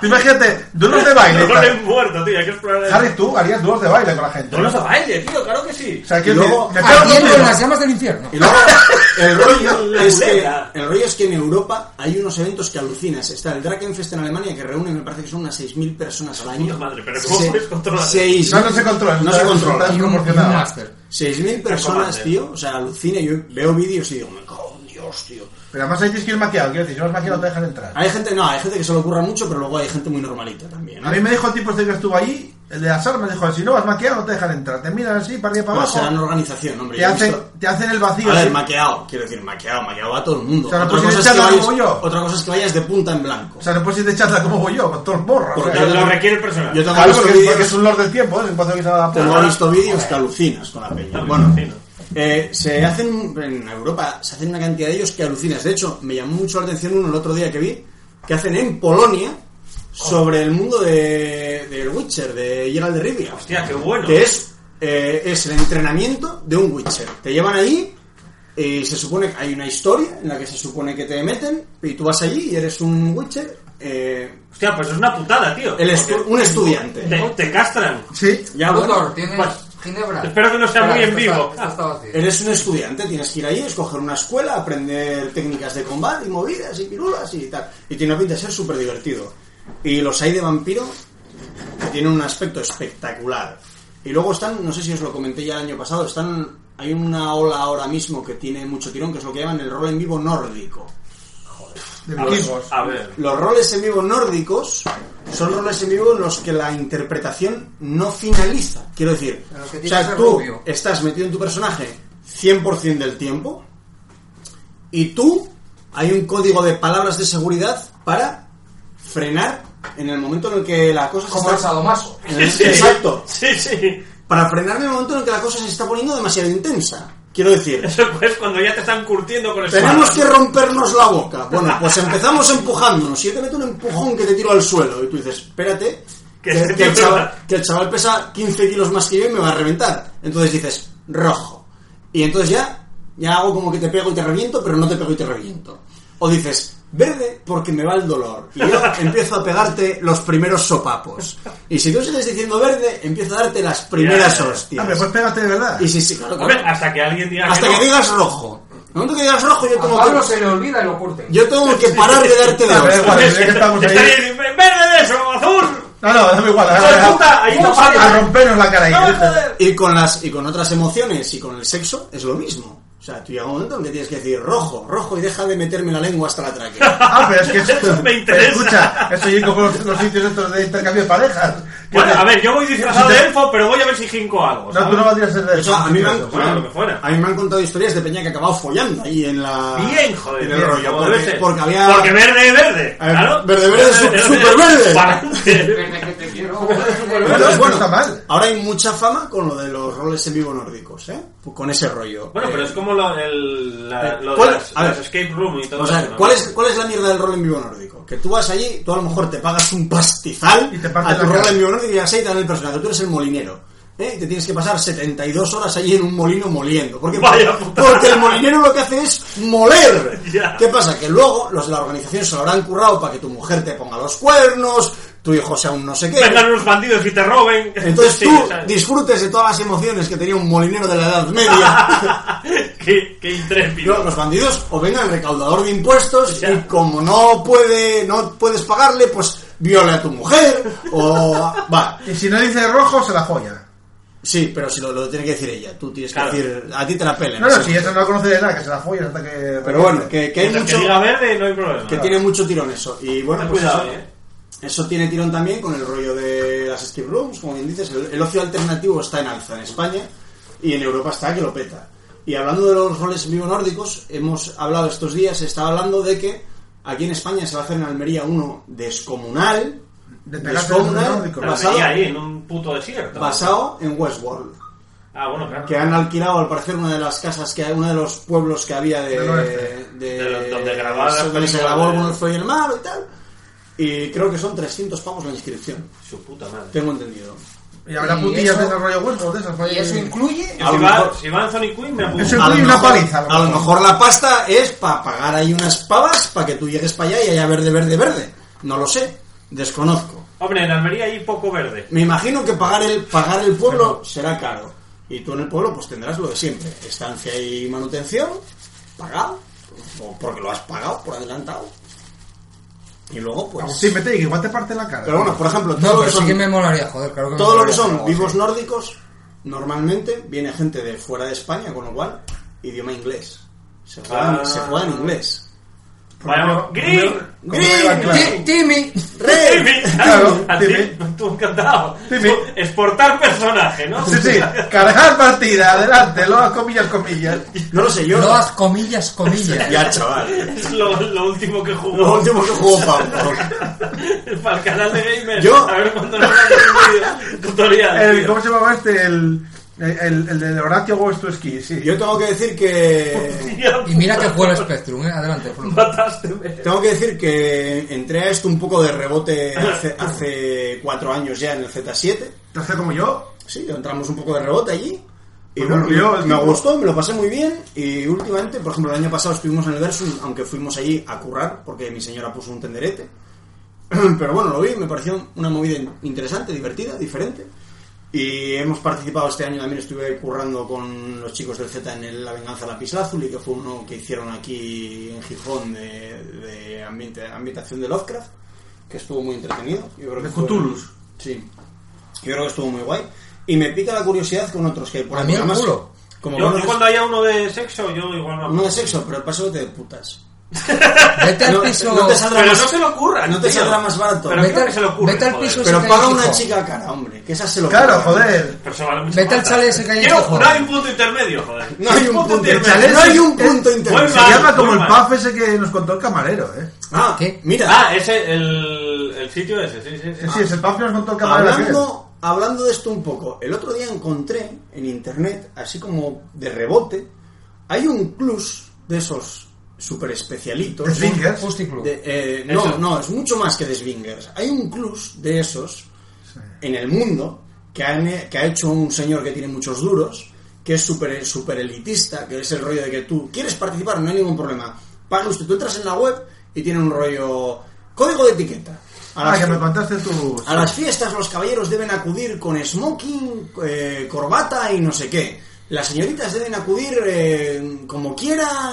Tú Imagínate, duelos de baile. No tal. es muerto, tío. Hay que explorar. Harry, tú harías duelos de baile con la gente. Duelos de baile, tío, claro que sí. O sea, que Y luego, que- que- Ardiendo que- en las llamas del infierno. Y luego, el rollo, La es que, culebra. el rollo es que en Europa hay unos eventos que alucinas. Está el Drakenfest en Alemania que reúne, me parece que son unas 6.000 personas al año. Puta madre, pero ¿cómo puedes controlar? seis- No, no se controla. No se controla. Y un, y un Proporcionado. máster. 6.000 personas, Comandante. tío. O sea, alucina. Yo veo vídeos y digo, me cago en Dios, tío. Pero además hay que ir maquillado. Quiero decir, si no vas maquillado, te dejan entrar. Hay gente, no, hay gente que se lo ocurra mucho, pero luego hay gente muy normalita también. ¿eh? A mí me dijo el tipo este que estuvo allí, el de las armas, dijo, si no vas maquillado no te dejan entrar, te miran así, para arriba para Pero será en abajo, organización, hombre. te yo he hacen, visto- te hacen el vacío. A ver, así. maqueado, quiero decir, maqueado, maqueado va todo el mundo. O sea, no otra, puedes cosa ir es que echando vayas, como yo. otra cosa es que vayas de punta en blanco. O sea, no puedes ir de charla como voy yo, con todos los morros. Porque o sea, yo yo- Lo tengo- requiere el personal. Yo tengo Claro, visto porque, porque vídeos, es un lord del tiempo, ¿eh? en cuanto que se va a la tengo puerta. visto vídeos que alucinas con la peña. me Bueno, imagino. eh, se hacen en Europa, se hacen una cantidad de ellos que alucinas. De hecho, me llamó mucho la atención uno el otro día que vi, que hacen en Polonia sobre el mundo de, del Witcher, de Geralt de Rivia. Hostia, qué bueno. que es, eh, es el entrenamiento de un Witcher. Te llevan allí y se supone que hay una historia en la que se supone que te meten y tú vas allí y eres un Witcher, eh, Hostia, pues es una putada, tío. el estu- Porque un estudiante. Te, te castran. Sí, Ya, bueno, pues, Doctor, ¿tienes Bueno. ginebra? Espero que no sea muy en esto está- vivo. esto está vacío. eres un estudiante, tienes que ir allí, escoger una escuela, aprender técnicas de combate y movidas y pirulas y tal. Y tiene pinta de ser súper divertido. Y los hay de vampiro que tienen un aspecto espectacular. Y luego están, no sé si os lo comenté ya el año pasado, están hay una ola ahora mismo que tiene mucho tirón, que es lo que llaman el rol en vivo nórdico. De A ver, vikingos. A ver. Los roles en vivo nórdicos son roles en vivo en los que la interpretación no finaliza. Quiero decir, En los que o tienes sea, el tú rubio. estás metido en tu personaje 100% del tiempo y tú hay un código de palabras de seguridad para frenar en el momento en el que la cosa se Como el está... sadomaso. en el- Exacto. Sí, sí. Para frenar en el momento en el que la cosa se está poniendo demasiado intensa. Quiero decir, Eso es pues cuando ya te están curtiendo con el tenemos sofá. que rompernos la boca. Bueno, pues empezamos empujándonos. Y yo te meto un empujón que te tiro al suelo. Y tú dices, espérate, que, Que que te el, chaval, prueba. que el chaval pesa 15 kilos más que yo y me va a reventar. Entonces dices, rojo. Y entonces ya, ya hago como que te pego y te reviento, pero no te pego y te reviento. O dices, verde porque me va el dolor. Y yo empiezo a pegarte los primeros sopapos. Y si tú sigues diciendo verde, empiezo a darte las primeras Ya, ya, ya. hostias. Hombre, pues pégate de verdad. Y sí, sí, claro, claro. Hombre, hasta que alguien diga Hasta que, que no. digas rojo. En el momento que digas rojo, yo A tengo Pablo que... se le olvida y lo curten. Yo tengo que parar de darte de A ver, hostias. vale, ya que estamos Está ahí. bien, en verde de eso, azul. No, no, dame igual. ¡Hijo de puta! Ahí no a, pagas. rompernos la cara ahí. ¡No me joder! Y con las y con otras emociones y con el sexo es lo mismo. O sea, tú llega un momento en que tienes que decir rojo, rojo y deja de meterme la lengua hasta la tráquea. Ah, pero es que Eso me interesa. Escucha, estoy como los, los sitios estos de intercambio de parejas. Bueno, Que- a ver, yo voy disfrazado Si de te- elfo, pero voy a ver si jinco algo. No, ¿sabes? tú no vas a ser de De hecho, a mí, me han, Bueno, lo que fuera. a mí me han contado historias de peña que acabado follando ahí en la... Bien, joder. en el bien, rollo, como porque- debe ser. porque había- Porque verde es verde. A ver, Claro. verde, verde es su- superverde. Para adelante. Desde que te quiero. Pero Entonces, no bueno, está mal. ahora hay mucha fama con lo de los roles en vivo nórdicos, ¿eh? Con ese rollo. Bueno, pero es como lo, el, la, eh, lo de ¿cuál- las, a ver, las escape room y todo O sea, eso, ¿no? ¿cuál es, ¿cuál es la mierda del rol en vivo nórdico? Que tú vas allí, tú a lo mejor te pagas un pastizal Y te parten a tu la rol cara. en vivo nórdico y así te dan el personaje. Tú eres el molinero. ¿eh? Y te tienes que pasar 72 horas allí en un molino moliendo. ¿Por qué? Vaya porque, puta. porque el molinero lo que hace es moler. Ya. ¿Qué pasa? Que luego los de la organización se lo habrán currado para que tu mujer te ponga los cuernos, tu hijo sea un no sé qué. Vengan unos bandidos y te roben. Entonces Sí, tú ¿sabes? disfrutes de todas las emociones que tenía un molinero de la Edad Media. qué, qué No, intrépido. los bandidos o venga el recaudador de impuestos Ya. y como no puede no puedes pagarle pues viola a tu mujer o va Y si no dice rojo, se la joya. sí pero si lo, lo tiene que decir ella tú tienes que Claro. decir a ti te la pelen No, no, así. si esa no la conoce de nada, que se la joya hasta que. pero bueno que, que hay Mientras mucho que diga verde, no hay problema. que tiene mucho tirón eso y bueno Ten pues cuidado, eso, eh. eso tiene tirón también con el rollo de las skip rooms como bien dices el, el ocio alternativo está en alza en España y en Europa está que lo peta y hablando de los roles en vivo nórdicos hemos hablado estos días se está hablando de que aquí en España se va a hacer en Almería uno descomunal De pegarse en el descomunal, nórdico. Claro, basado, venía ahí en un puto desierto. basado en Westworld Ah, bueno, claro. que han alquilado al parecer una de las casas que uno de los pueblos que había de, Del oeste. de- De los- donde grababan las donde se películas grabó de- el fue y el mar y tal y creo que son 300 pavos la inscripción Su puta madre. tengo entendido Y habrá ¿Y putillas eso? de desarrollo hueso, de esas. Y eso incluye. Yo A Si lo va, mejor- si va Anthony Quinn, me Eso- apunto. Incluye una paliza, a lo a lo mejor. mejor la pasta es para pagar ahí unas pavas para que tú llegues para allá y haya verde verde verde no lo sé desconozco Hombre, en Almería hay poco verde. me imagino que pagar el pagar el pueblo será caro y tú en el pueblo pues tendrás lo de siempre estancia y manutención pagado o porque lo has pagado por adelantado y luego pues Sí, mete que igual te parte la cara. pero bueno por ejemplo todo No, lo que pero sí son- que me molaría, joder, claro que me todo lo que molaría hacer son algo vivos así. nórdicos, normalmente viene gente de fuera de España, con lo cual, idioma inglés. Se juega, Ah. se juega en inglés. Vaya, Green. Como iba, claro. Ti- Timmy. Timmy, Claro, a ti, Timmy. tú encantado. Timmy. Tú, Exportar personaje, ¿no? Sí, sí, cargar partida, adelante, lo hago comillas, comillas. No lo sé, yo. No haz comillas, comillas. Ya, chaval. Es lo, lo último que jugó. Lo último que jugó Pablo. Para el canal de gamers. Yo- Eh, A ver cuándo nos hace un vídeo tutorial. El, tío. ¿Cómo se llamaba este? El, el, el de Horatio Goes to Ski, sí. Yo tengo que decir que. Tío, Y mira que fue el Spectrum, eh. Adelante, Frodo. Matásteme. Tengo que decir que entré a esto un poco de rebote hace, hace cuatro años ya en el Z7. ¿Te hace como yo? Sí, entramos un poco de rebote allí. Y Pues bueno, volvió el me tipo. gustó, me lo pasé muy bien. Y últimamente, por ejemplo, el año pasado estuvimos en el Versum, aunque fuimos allí a currar, porque mi señora puso un tenderete. Pero bueno, lo vi, me pareció una movida in- interesante, divertida, diferente. Y hemos participado este año también, estuve currando con los chicos del Z en el La Venganza Lapislázuli, que fue uno que hicieron aquí en Gijón de, de ambiente- ambientación de Lovecraft, que estuvo muy entretenido. Yo creo que De fue- Cthulhu. Sí, yo creo que estuvo muy guay. Y me pica la curiosidad con otros que por A ahí, mí el además, culo. Como Yo, yo conoces- cuando haya uno de sexo, yo igual no. no de sexo, pero pásate de putas. Vete al No, piso. no te saldrá Pero no más- se le ocurra, no te tío. saldrá más barato. Pero vete, creo al- que se le ocurre, vete al joder. piso Pero ese que paga hay, una hijo. chica cara, hombre, que esa se lo Claro, paga. joder. Pero se vale mucho Vete al más. chale ese que hay, Quiero hijo. no hay un punto intermedio, joder. No hay un punto chale intermedio. ese No hay es- un punto intermedio. Se mal, llama como muy el mal. puff ese que nos contó el camarero, ¿eh? Ah, ¿Qué? mira. Ah, ese, el, el sitio ese, sí, sí, sí. Ah, Sí, es el puff que nos contó el camarero. aquel. Hablando, hablando de esto un poco, el otro día encontré en internet, así como de rebote, hay un club de esos super especialitos. De swingers. Fusti Club. De- eh, no, Eso. no, es mucho más que de swingers. Hay un club de esos en el mundo que, han, eh, que ha hecho un señor que tiene muchos duros, que es súper super elitista, que es el rollo de que tú quieres participar, no hay ningún problema. Paga usted, tú entras en la web y tiene un rollo código de etiqueta. A Ah, las- que me contaste tú. a las fiestas los caballeros deben acudir con smoking, eh, corbata y no sé qué. Las señoritas deben acudir eh, como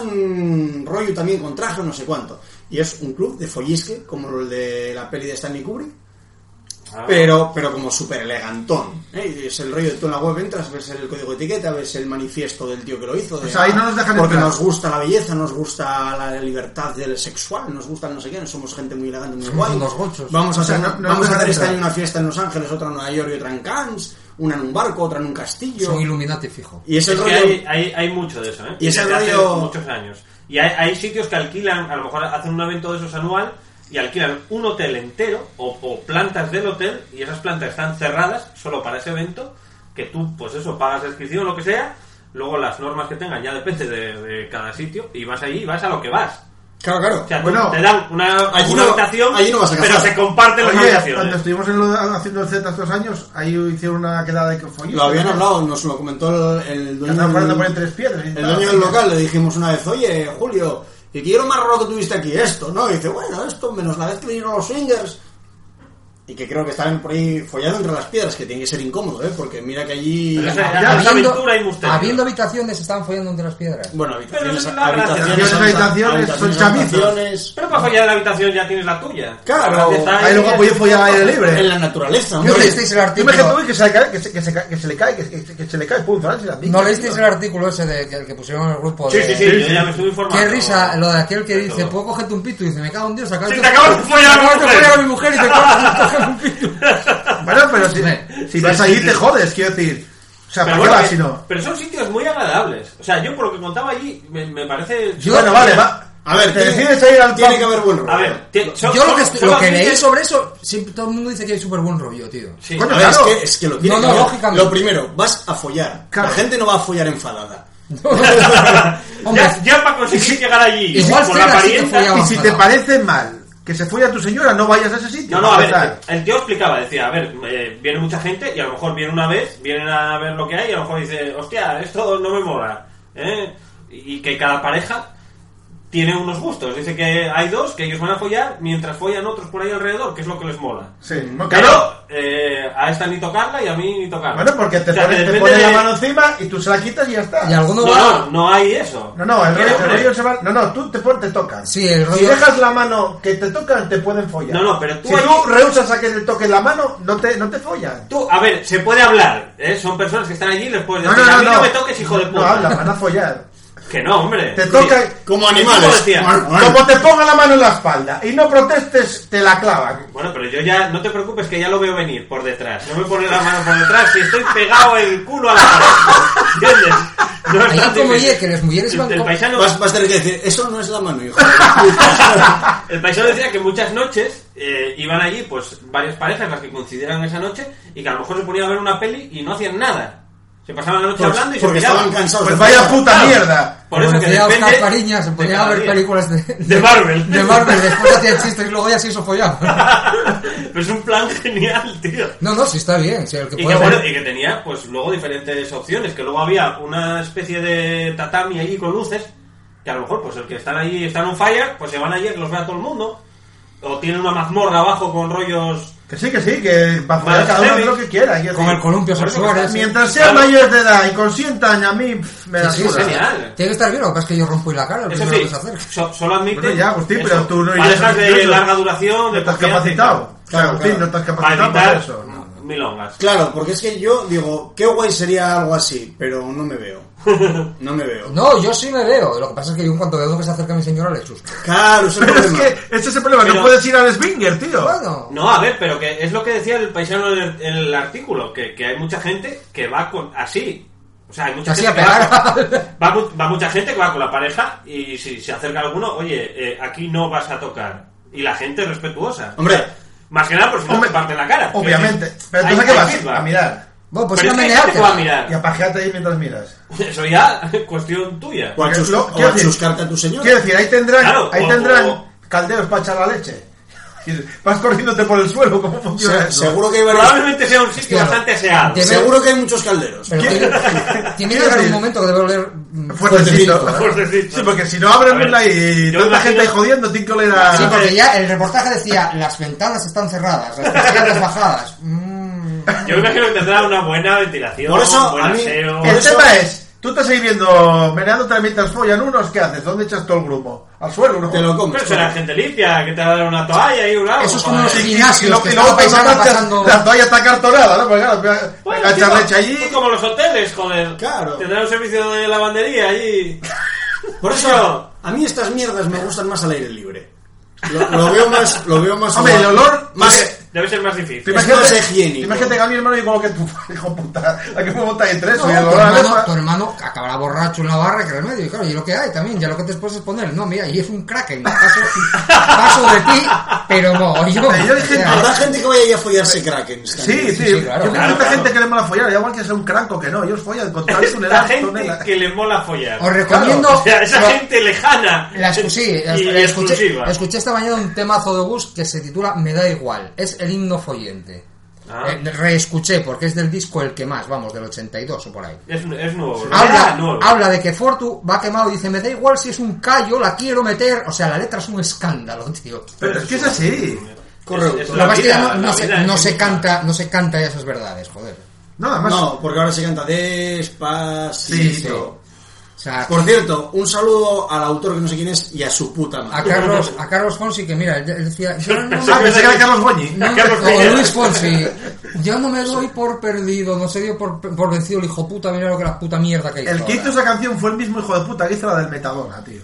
quieran, rollo también con traje, no sé cuánto. Y es un club de follisque, como el de la peli de Stanley Kubrick, Ah. pero, pero como súper elegantón. ¿eh? Y Es el rollo de tú en la web entras, ves el código de etiqueta, ves el manifiesto del tío que lo hizo. de, sea, Pues ahí no nos dejan Porque entrar. nos gusta la belleza, nos gusta la libertad del sexual, nos gusta el no sé qué, somos gente muy elegante, muy guay. unos gochos. Vamos a O sea, hacer, no- no vamos a nos hacer este entra. año una fiesta en Los Ángeles, otra en Nueva York y otra en Cannes, una en un barco, otra en un castillo. Son Illuminati, fijo. Y es el Es que rollo. hay, hay, hay mucho de eso, ¿eh? Y ese Desde hace rollo- muchos años. Y hay, hay sitios que alquilan, a lo mejor hacen un evento de esos anual y alquilan un hotel entero o, o plantas del hotel y esas plantas están cerradas solo para ese evento que tú, pues eso, pagas inscripción o lo que sea, luego las normas que tengan ya depende de, de cada sitio y vas allí y vas a lo que vas. Claro, claro. O sea, tú- Bueno, te dan una, allí una no- habitación, allí no vas a pero casar. se comparten las Oye, cuando habitaciones. estuvimos en lo- haciendo el Z estos años, ahí hicieron una quedada de que follistas. Lo habían hablado, nos lo comentó el, el Que dueño. estaban del- parando por entre tres piedras. y El tal. dueño del local le dijimos una vez, oye, Julio, y quiero más raro que tuviste aquí, esto, ¿no? Y dice, bueno, esto, menos la vez que vinieron los swingers. Y que creo que estaban por ahí follando entre las piedras, que tiene que ser incómodo, ¿eh? Porque mira que allí... Pero esa- Ya, esa habiendo- aventura y misterio. Habiendo habitaciones, estaban follando entre las piedras. Bueno, habitaciones, Pero es la gracia. habitaciones, Habitaciones, habitaciones, son habitaciones. Pero para follar en la habitación ya tienes la tuya. Claro. Ahí luego podéis follar al aire libre. En la naturaleza, No hombre. leísteis el Tú imagínate artículo. tú que se le cae, que se, que se, cae- que se le cae, que, que- que se le cae, pum, Francis, la pica, No leísteis el tío. artículo ese de, que, que pusieron en el grupo. Sí, de- sí, sí, yo ya me estuve informando. Qué risa lo de aquel que De dice, todo. puedo cogerte un pito. Y dice, me cago en Dios, acabas Sí, te acabas de follar a mi acabas de mujer. follar a mi mujer y te acabas de coger un pito. Bueno, pero si, Sí. si vas Sí, allí sí, te sí. jodes, quiero decir. O Pero, sea, ¿para qué bueno, vas que- si no? pero son sitios muy agradables. O sea, yo por lo que contaba allí, me, me parece... Yo- Bueno, vale, va. A ver, te tiene- decides a ir al Tiene pub. que haber buen rollo. A ver, te- son- Yo lo que, son- lo son que leí sitios- sobre eso, siempre todo el mundo dice que hay súper buen rollo, tío. Sí, Coño, a A ver, ver, Claro. es que, es que lo tiene No, que no, haber. lógicamente. Lo primero, vas a follar. Claro. La gente no va a follar enfadada. Hombre, ya, ya para conseguir llegar allí, igual con la Fera sí que apariencia... follaba. Y si te parece mal que se folle a tu señora, no vayas a ese sitio. No, no, a ver, para empezar. el el tío explicaba, decía, a ver, eh, viene mucha gente y a lo mejor viene una vez, vienen a ver lo que hay y a lo mejor dice, hostia, esto no me mola, ¿eh? Y que cada pareja tiene unos gustos. Dice que hay dos que ellos van a follar mientras follan otros por ahí alrededor, que es lo que les mola. Sí, bueno, claro. Claro, eh, a esta ni tocarla y a mí ni tocarla. Bueno, porque te O sea, que pones, te depende pones la de- mano encima y tú se la quitas y ya está. Y alguno No, va... no, no hay eso. No, no, Mira, el rollo, el hombre. rollo se va. No, no, tú te, pon- te tocan. Sí, el Si rollo- dejas la mano que te tocan, te pueden follar. No, no, pero tú Si ahí- tú rehusas a que te toquen la mano, no te, no te follan. Tú, a ver, se puede hablar, ¿eh? Son personas que están allí y les puedes No, decir, no, no. a mí no, me toques, hijo de puta. No habla, van a follar. Que no, hombre. Te tocan. Como Como animales. decía. Como te pongan la mano en la espalda y no protestes, te la clavan. Bueno, pero yo ya, no te preocupes que ya lo veo venir por detrás. No me pones la mano por detrás si estoy pegado el culo a la pared. ¿Entiendes? No es Ahí tan como difícil. oye, que las mujeres van el, el con- paisano, Vas, vas a tener que decir, eso no es la mano, hijo. de puta". el paisano decía que muchas noches eh, iban allí, pues, varias parejas las que coincidieran esa noche y que a lo mejor se ponían a ver una peli y no hacían nada. Se pasaban la noche Pues, hablando y se porque miraban. estaban cansados. Pues de vaya follar. puta mierda. Por eso Como que decía depende Oscar Fariña, se de ponía a cada ver día. películas de, De Marvel. De Marvel, después hacía chistes y luego ya se hizo follar. Pero es un plan genial, tío. No, no, sí está bien. sí, el que Y puede que, ver- bueno, y que tenía, pues luego diferentes opciones. Que luego había una especie de tatami allí con luces. Que a lo mejor, pues el que están allí, están on fire, pues se van allí, que los ve a todo el mundo. O tienen una mazmorra abajo con rollos. Que sí, que sí, que va a follar Vale, cada uno David. lo que quiera. quiero Con decir. el columpio Por eso sexual. que ese. Mientras sean Claro. mayores de edad y consientan, a mí pff, me da Sí, sí, suda. sí. Genial. Tiene que estar bien, lo que pasa es que yo rompo y la cara. Lo Eso primero sí, que se acerca. so- solo admiten. Bueno, ya, Agustín, pero eso, tú no- parejas yo- de yo- yo- larga duración, No de estás confianza y capacitado. tal. O sea, Agustín, no estás Para capacitado para evitar. eso. no. milongas. Claro, porque es que yo digo, qué guay sería algo así, pero no me veo. No me veo. No, yo sí me veo. Lo que pasa es que yo en cuanto veo que se acerca mi señora le chusco. Claro, eso es el Pero es problema. que ese es el problema, Pero- no puedes ir al Springer, tío. Bueno, No, a ver, pero que es lo que decía el paisano en el, en el artículo, que, que hay mucha gente que va con así. O sea, hay mucha Así gente a que va, pegar. con- va mu- va mucha gente que va con la pareja y si se acerca alguno, oye, eh, aquí no vas a tocar. Y la gente es respetuosa. Hombre. Más que nada por si no Hombre, te parte la cara. Obviamente. Pero Hay- entonces, ¿a ¿qué hay vas? feedback. A mirar. bueno pues pero una es que hay gente menearte. que va a Y a mirar. pajearte ahí mientras miras. Eso ya cuestión tuya. O a, chus- Lo- o a quiero decir- chuscarte a tu señor. Quiero decir, ahí tendrán, Claro, ahí o- tendrán o- calderos para echar la leche. Vas corriéndote por el suelo, ¿cómo funciona Se- eso? seguro que hay varios- Probablemente sea un sitio Hostia, bastante aseado. de- seguro que hay muchos calderos. Pero tiene, tiene que Quiero haber un decir- momento que debe oler mm, Fuertecito. fuertecito, ¿eh? Fuertecito. Sí, porque si no abren A ver, una y yo tanta imagino- gente ahí jodiendo, tiene que oler Ah, a... Sí, porque ya el reportaje decía, las ventanas están cerradas, las persianas bajadas. Mm. Yo me imagino que tendrá una buena ventilación, Por eso, un buen a mí- aseo. El Por eso- tema es, tú te seguís viendo, meneándote mientras follan unos, ¿qué haces? ¿Dónde echas todo el grupo? Al suelo, ¿no? Te lo Pero comes. será gente limpia, que te va a dar una toalla y un agua. Eso es como joder. los Y, y, gimnasios, y lo- que y estaba luego cuando paisana marchas, pasando- la toalla está cartonada, ¿no? Porque claro, venga, Bueno, venga, echar tío, leche allí... pues como los hoteles, joder. Claro. Tendrá un servicio de lavandería allí. Por eso, a mí estas mierdas me gustan más al aire libre. Lo, lo veo más. Lo veo más Hombre, el olor... Más, Debe ser más Te difícil. Es imagínate- más higiénico. te Imagínate que a mi hermano y con lo que tú, hijo puta, a que me monta ahí tres, No, y el tu, olor a hermano, lefa. tu hermano acabará borracho en la barra que remedio. Y claro, y lo que hay también, ya lo que te puedes poner. No, mira, y es un kraken. Paso, paso de ti, pero no, yo. Pero yo hay o gente- sea, Habrá gente que vaya ahí a follarse kraken. Sí, sí, sí, claro, yo conozco claro, mucha claro. gente que le mola follar, da igual que sea un cranco que no, ellos follan con tal La tunela, gente tunela. que le mola follar. os recomiendo. O sea, esa lo- gente lejana. la escu- sí, la- y la escuché, exclusiva. escuché esta mañana un temazo de Gus que se titula Me da igual. Es el himno follente. Ah. Eh, reescuché porque es del disco el que más, vamos, del 82 o por ahí. Es, es nuevo. ¿no? Ah, Habla, nuevo. habla de que Fortu va quemado y dice, me da igual si es un callo, la quiero meter. O sea, la letra es un escándalo, tío. Pero es que es así. Correcto. Es- es Lo que pasa es que ya vida, no, no la se, vida en no sí se misma. canta, no se canta esas verdades, joder. No, además, ah, No, porque ahora se canta despacito. O sea, Por cierto, un saludo al autor que no sé quién es y a su puta a madre. Carlos, a Carlos Fonsi, que mira, él él decía, yo no, Ah, pensé que era Carlos Goñi. no- Carlos o Peña. Luis Fonsi, yo no me doy por perdido, no se dio por, por vencido el hijo puta, mira lo que la puta mierda que hizo. El que hizo ahora. esa canción fue el mismo hijo de puta que hizo la del Metadona, tío.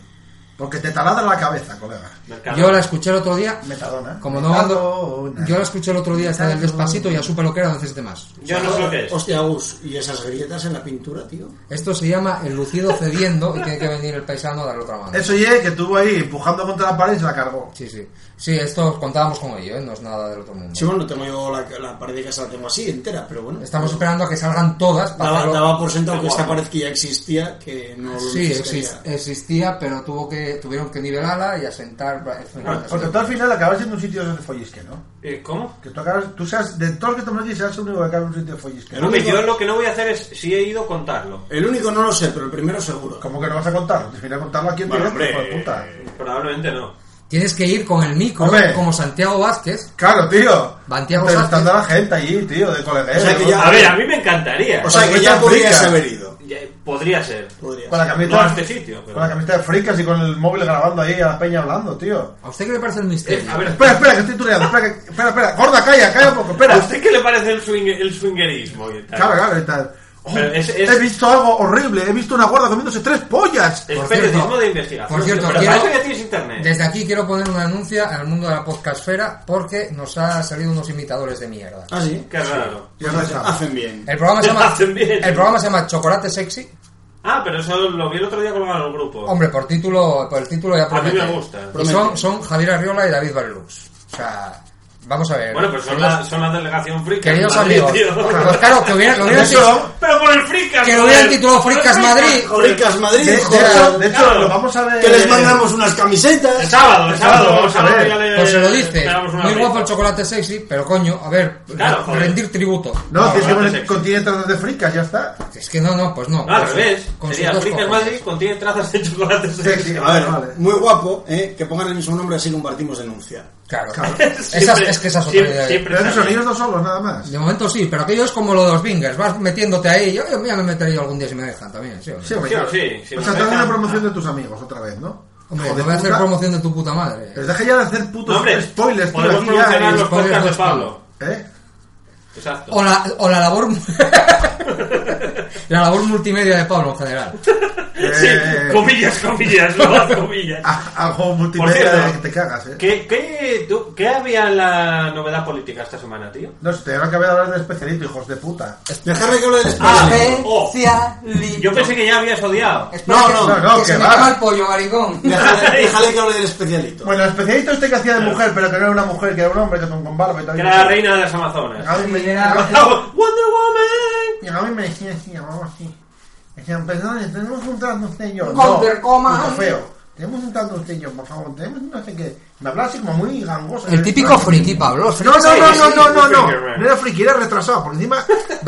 Porque te taladra la cabeza, colega. Mercado. Yo la escuché el otro día, Metadona. como no ando, Metadona. yo la escuché el otro día hasta del despacito y ya supe lo que era, no necesité más. Yo no sé lo que es. Hostia, Gus, ¿y esas grietas en la pintura, tío? Esto se llama el lucido cediendo y tiene que venir el paisano a darle otra mano. Eso ye que estuvo ahí empujando contra la pared y se la cargó. Sí, sí. Sí, esto contábamos con ello, ¿eh? no es nada del otro mundo. Sí, bueno, tengo yo la, la pared de casa, la tengo así entera, pero bueno. Estamos esperando a que salgan todas para Daba, hacerlo. daba por sentado que Guau. esta pared que ya existía, que no lo Sí, existía. exis- existía, pero tuvo que tuvieron que nivelarla y asentar. en Ah, fin, Porque- Porque tú al final acabas en un sitio donde follisque, ¿no? Eh, ¿Cómo? Que tú acabas, tú seas, de todos los que estamos aquí, seas el único que acaba en un sitio de follisque. El No, único- Yo lo que no voy a hacer es, si he ido, contarlo. El único no lo sé, pero el primero seguro. ¿Cómo que no vas a contarlo? Te voy a contarlo aquí en Bueno, directo, hijo hombre. de puta. Probablemente no. Tienes que ir con el micro, Hombre. como Santiago Vázquez. Claro, tío. Santiago Te Sánchez. está dando la gente allí, tío, de colegueo. O sea que ya- A ver, a mí me encantaría. O sea, Porque que ya tan podrías rica. haber ido. Ya, podría ser. Podrías. Con la camiseta, No a este sitio, pero- con la camiseta de fricas y con el móvil grabando ahí a la peña hablando, tío. ¿A usted qué le parece el misterio? Eh, a ver, Espera, espera, que estoy tuneando. Espera, que- espera, espera. Gorda, calla, calla un poco. Espera. ¿A usted qué le parece el, swing, el swingerismo? y tal? Claro, claro, y tal. Oh, Pero es- es- He visto algo horrible. He visto una gorda comiéndose tres pollas. Es Por periodismo cierto, de investigación. por cierto, pero quiero- para eso ya tienes internet. Desde aquí quiero poner una anuncia al mundo de la podcastfera porque nos ha salido unos imitadores de mierda. Ah, sí. Qué raro. Ya lo he dejado. Hacen bien. El programa se llama, Hacen bien. el programa se llama Chocolate Sexy. Ah, pero eso lo vi el otro día colgado en el grupo. Hombre, por título, por el título ya A mí promete. me gusta. Y Promete. son, son Javier Arriola y David Barlux. O sea, vamos a ver. bueno, pues son, Queridos- la, son la delegación friki. Queridos Madrid, amigos, tío. pues claro, que hubieran, lo hubieran Eso- pero por el fricas. que lo joder. hubieran titulado Por el Fricas Madrid. joder. Ricas De, de Madrid, hecho, de joder. hecho, Claro. lo vamos a ver. Que les mandamos unas camisetas. El sábado, el sábado. Vamos a ver. ya le- Pues se lo dices, le damos Eh, una muy rifa. guapo el chocolate sexy, pero coño, a ver, Claro, re- joder. rendir tributo. No, No, tienes que no, poner sexy. contiene trazas de fricas, ya está. Es que no, no, pues no. No, al Pues, revés. con sus Sería dos Fricas cojones. Madrid contiene trazas de chocolate Sexy, sexy. A ver, vale. muy guapo, ¿eh? Que pongan el mismo nombre así compartimos denuncia. Claro, Esas, Siempre- es que esas otra siempre- idea. siempre Pero esos está son bien. ellos dos solos, nada más. De momento sí, pero aquello es como lo de los bingers, vas metiéndote ahí, yo, yo ya me meteré yo algún día si me dejan también, sí. hombre. Sí, hombre, Sí, claro. sí, sí, o me sea, te parece- hacen una promoción de tus amigos otra vez, ¿no? Hombre, Joder, no voy a hacer puta. promoción de tu puta madre. Pues deja ya de hacer putos No, hombre, spoilers, tío. podemos Aquí ya. promocionar los spoilers podcasts de de Pablo. Pablo. ¿Eh? Exacto. O la, o la labor. la labor multimedia de Pablo en general. Sí, Eh, comillas, comillas, no, comillas. a- Algo Por multimedia cierto, de que te cagas, ¿eh? ¿qué, qué, tú- qué había en la novedad política esta semana, tío? No sé, ahora que voy a hablar de especialito, hijos de puta. Dejarme que hable del Ah, ¿eh? especialito. oh. Especialito. Yo pensé que ya habías odiado. Espera No, que- no, no, no, que, se que me va. acaba el pollo, maricón. Déjale, déjale que hable del especialito. Bueno, el especialito este que hacía de mujer, pero que no era una mujer, que era un hombre que con, con barba y tal. Que era la reina de las Amazonas. A mí me Era- ¡Wonder Woman! Y a mí me decía así, a mamá así. Decían, "Pues, perdón, tenemos un trato usted y yo. Un No, Wondercoman. puto feo. Tenemos un trato usted y yo, por favor. Tenemos no sé qué. Me hablaba así como muy gangoso. El típico friki, Pablo. los No, frikis- no, no, Sí, no, sí, no, no, sí, no. sí, sí, sí. No era friki, era retrasado. Porque encima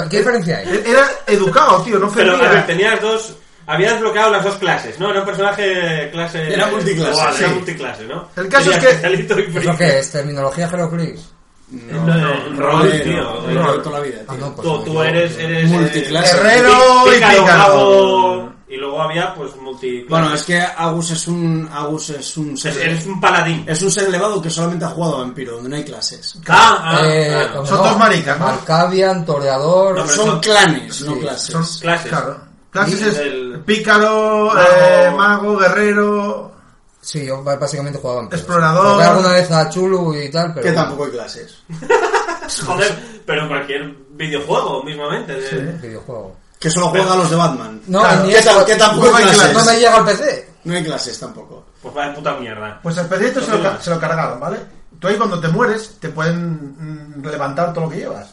¿Qué diferencia hay? era educado, tío. No Pero, a ofendía. ver, tenías dos... Habías bloqueado las dos clases, ¿no? Era un personaje clase... Era multiclase, Igual, sí. Era multiclase, ¿no? El caso Tenía es que- especialito y Pues ¿Es lo que es? ¿Terminología Heroclix? No, no, No, Raúl, tío. no, Raúl. no, toda la vida, Ah, tío. no, pues tú, no, tú yo- eres... eres Multiclase. Herrero eh, y pícaro, pícaro. mago, Y luego había, pues, multi... Bueno, es que Agus es un. Agus es un ser. Es- Eres un paladín. Es un ser elevado que solamente ha jugado a vampiro, donde no hay clases. Ah, ah, Eh, claro. ¿cómo Son no? dos maricas, ¿no? Malkavian, Toreador. No, pero Son son- clanes, no sí, clases. Son clases. Claro. Clases Y es el- pícaro, Mago. eh, mago, guerrero. Sí, yo básicamente jugaba en Explorador. Jugué alguna vez a Chulu y tal, pero. Que tampoco hay clases. Joder, pero en cualquier videojuego, mismamente. de- Sí. Videojuego. Que solo juega a los de Batman. No, Claro, ni ¿qué eso- tal- qué tampoco no me- clases? No me llega al PC. No hay clases tampoco. Pues vaya puta mierda. Pues el especialito se lo, ca- se lo cargaron, ¿vale? Tú ahí cuando te mueres te pueden mm, levantar todo lo que llevas.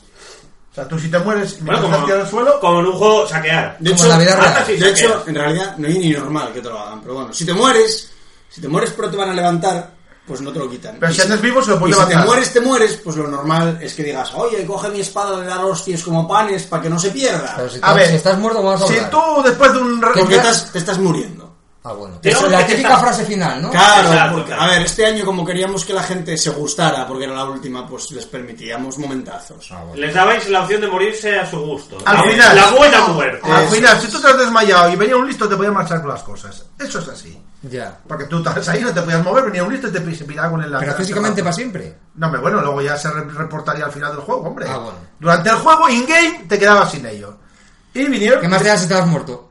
O sea, tú si te mueres y me Bueno, dejas tirado al suelo, como en un juego saquear. De Como hecho, en la vida real. ah, sí, de saqueas. hecho, en realidad no es ni normal que te lo hagan. Pero bueno, si te mueres, si te mueres pero te van a levantar, pues no te lo quitan. Pero Y si andas vivo, se lo pueden y Si levantar. te mueres, te mueres, pues lo normal es que digas, oye, coge mi espada de dar hostias como panes para que no se pierda. Pero si, A te- ver, si estás muerto, vamos a si hablar. tú después de un... ra- Porque estás- te estás muriendo. Ah, bueno. Esa Digamos es la que te típica está- frase final, ¿no? Claro, Exacto, porque, claro. a ver, este año como queríamos que la gente se gustara, porque era la última, pues les permitíamos momentazos. Ah, Les dabais la opción de morirse a su gusto. Al la, final. Ah, la buena muerte. Al final, si tú te has desmayado y venía un listo, te podía marchar con las cosas. Eso es así. Ya. Porque tú estabas ahí, no te podías mover, venía un listo y te pi- se piraba con el... Pero lateral. físicamente para siempre. No, pero bueno, luego ya se re- reportaría al final del juego, hombre. Ah, bueno. Durante el juego, in-game, te quedabas sin ello. Y vinieron... ¿Qué más te da si estabas muerto?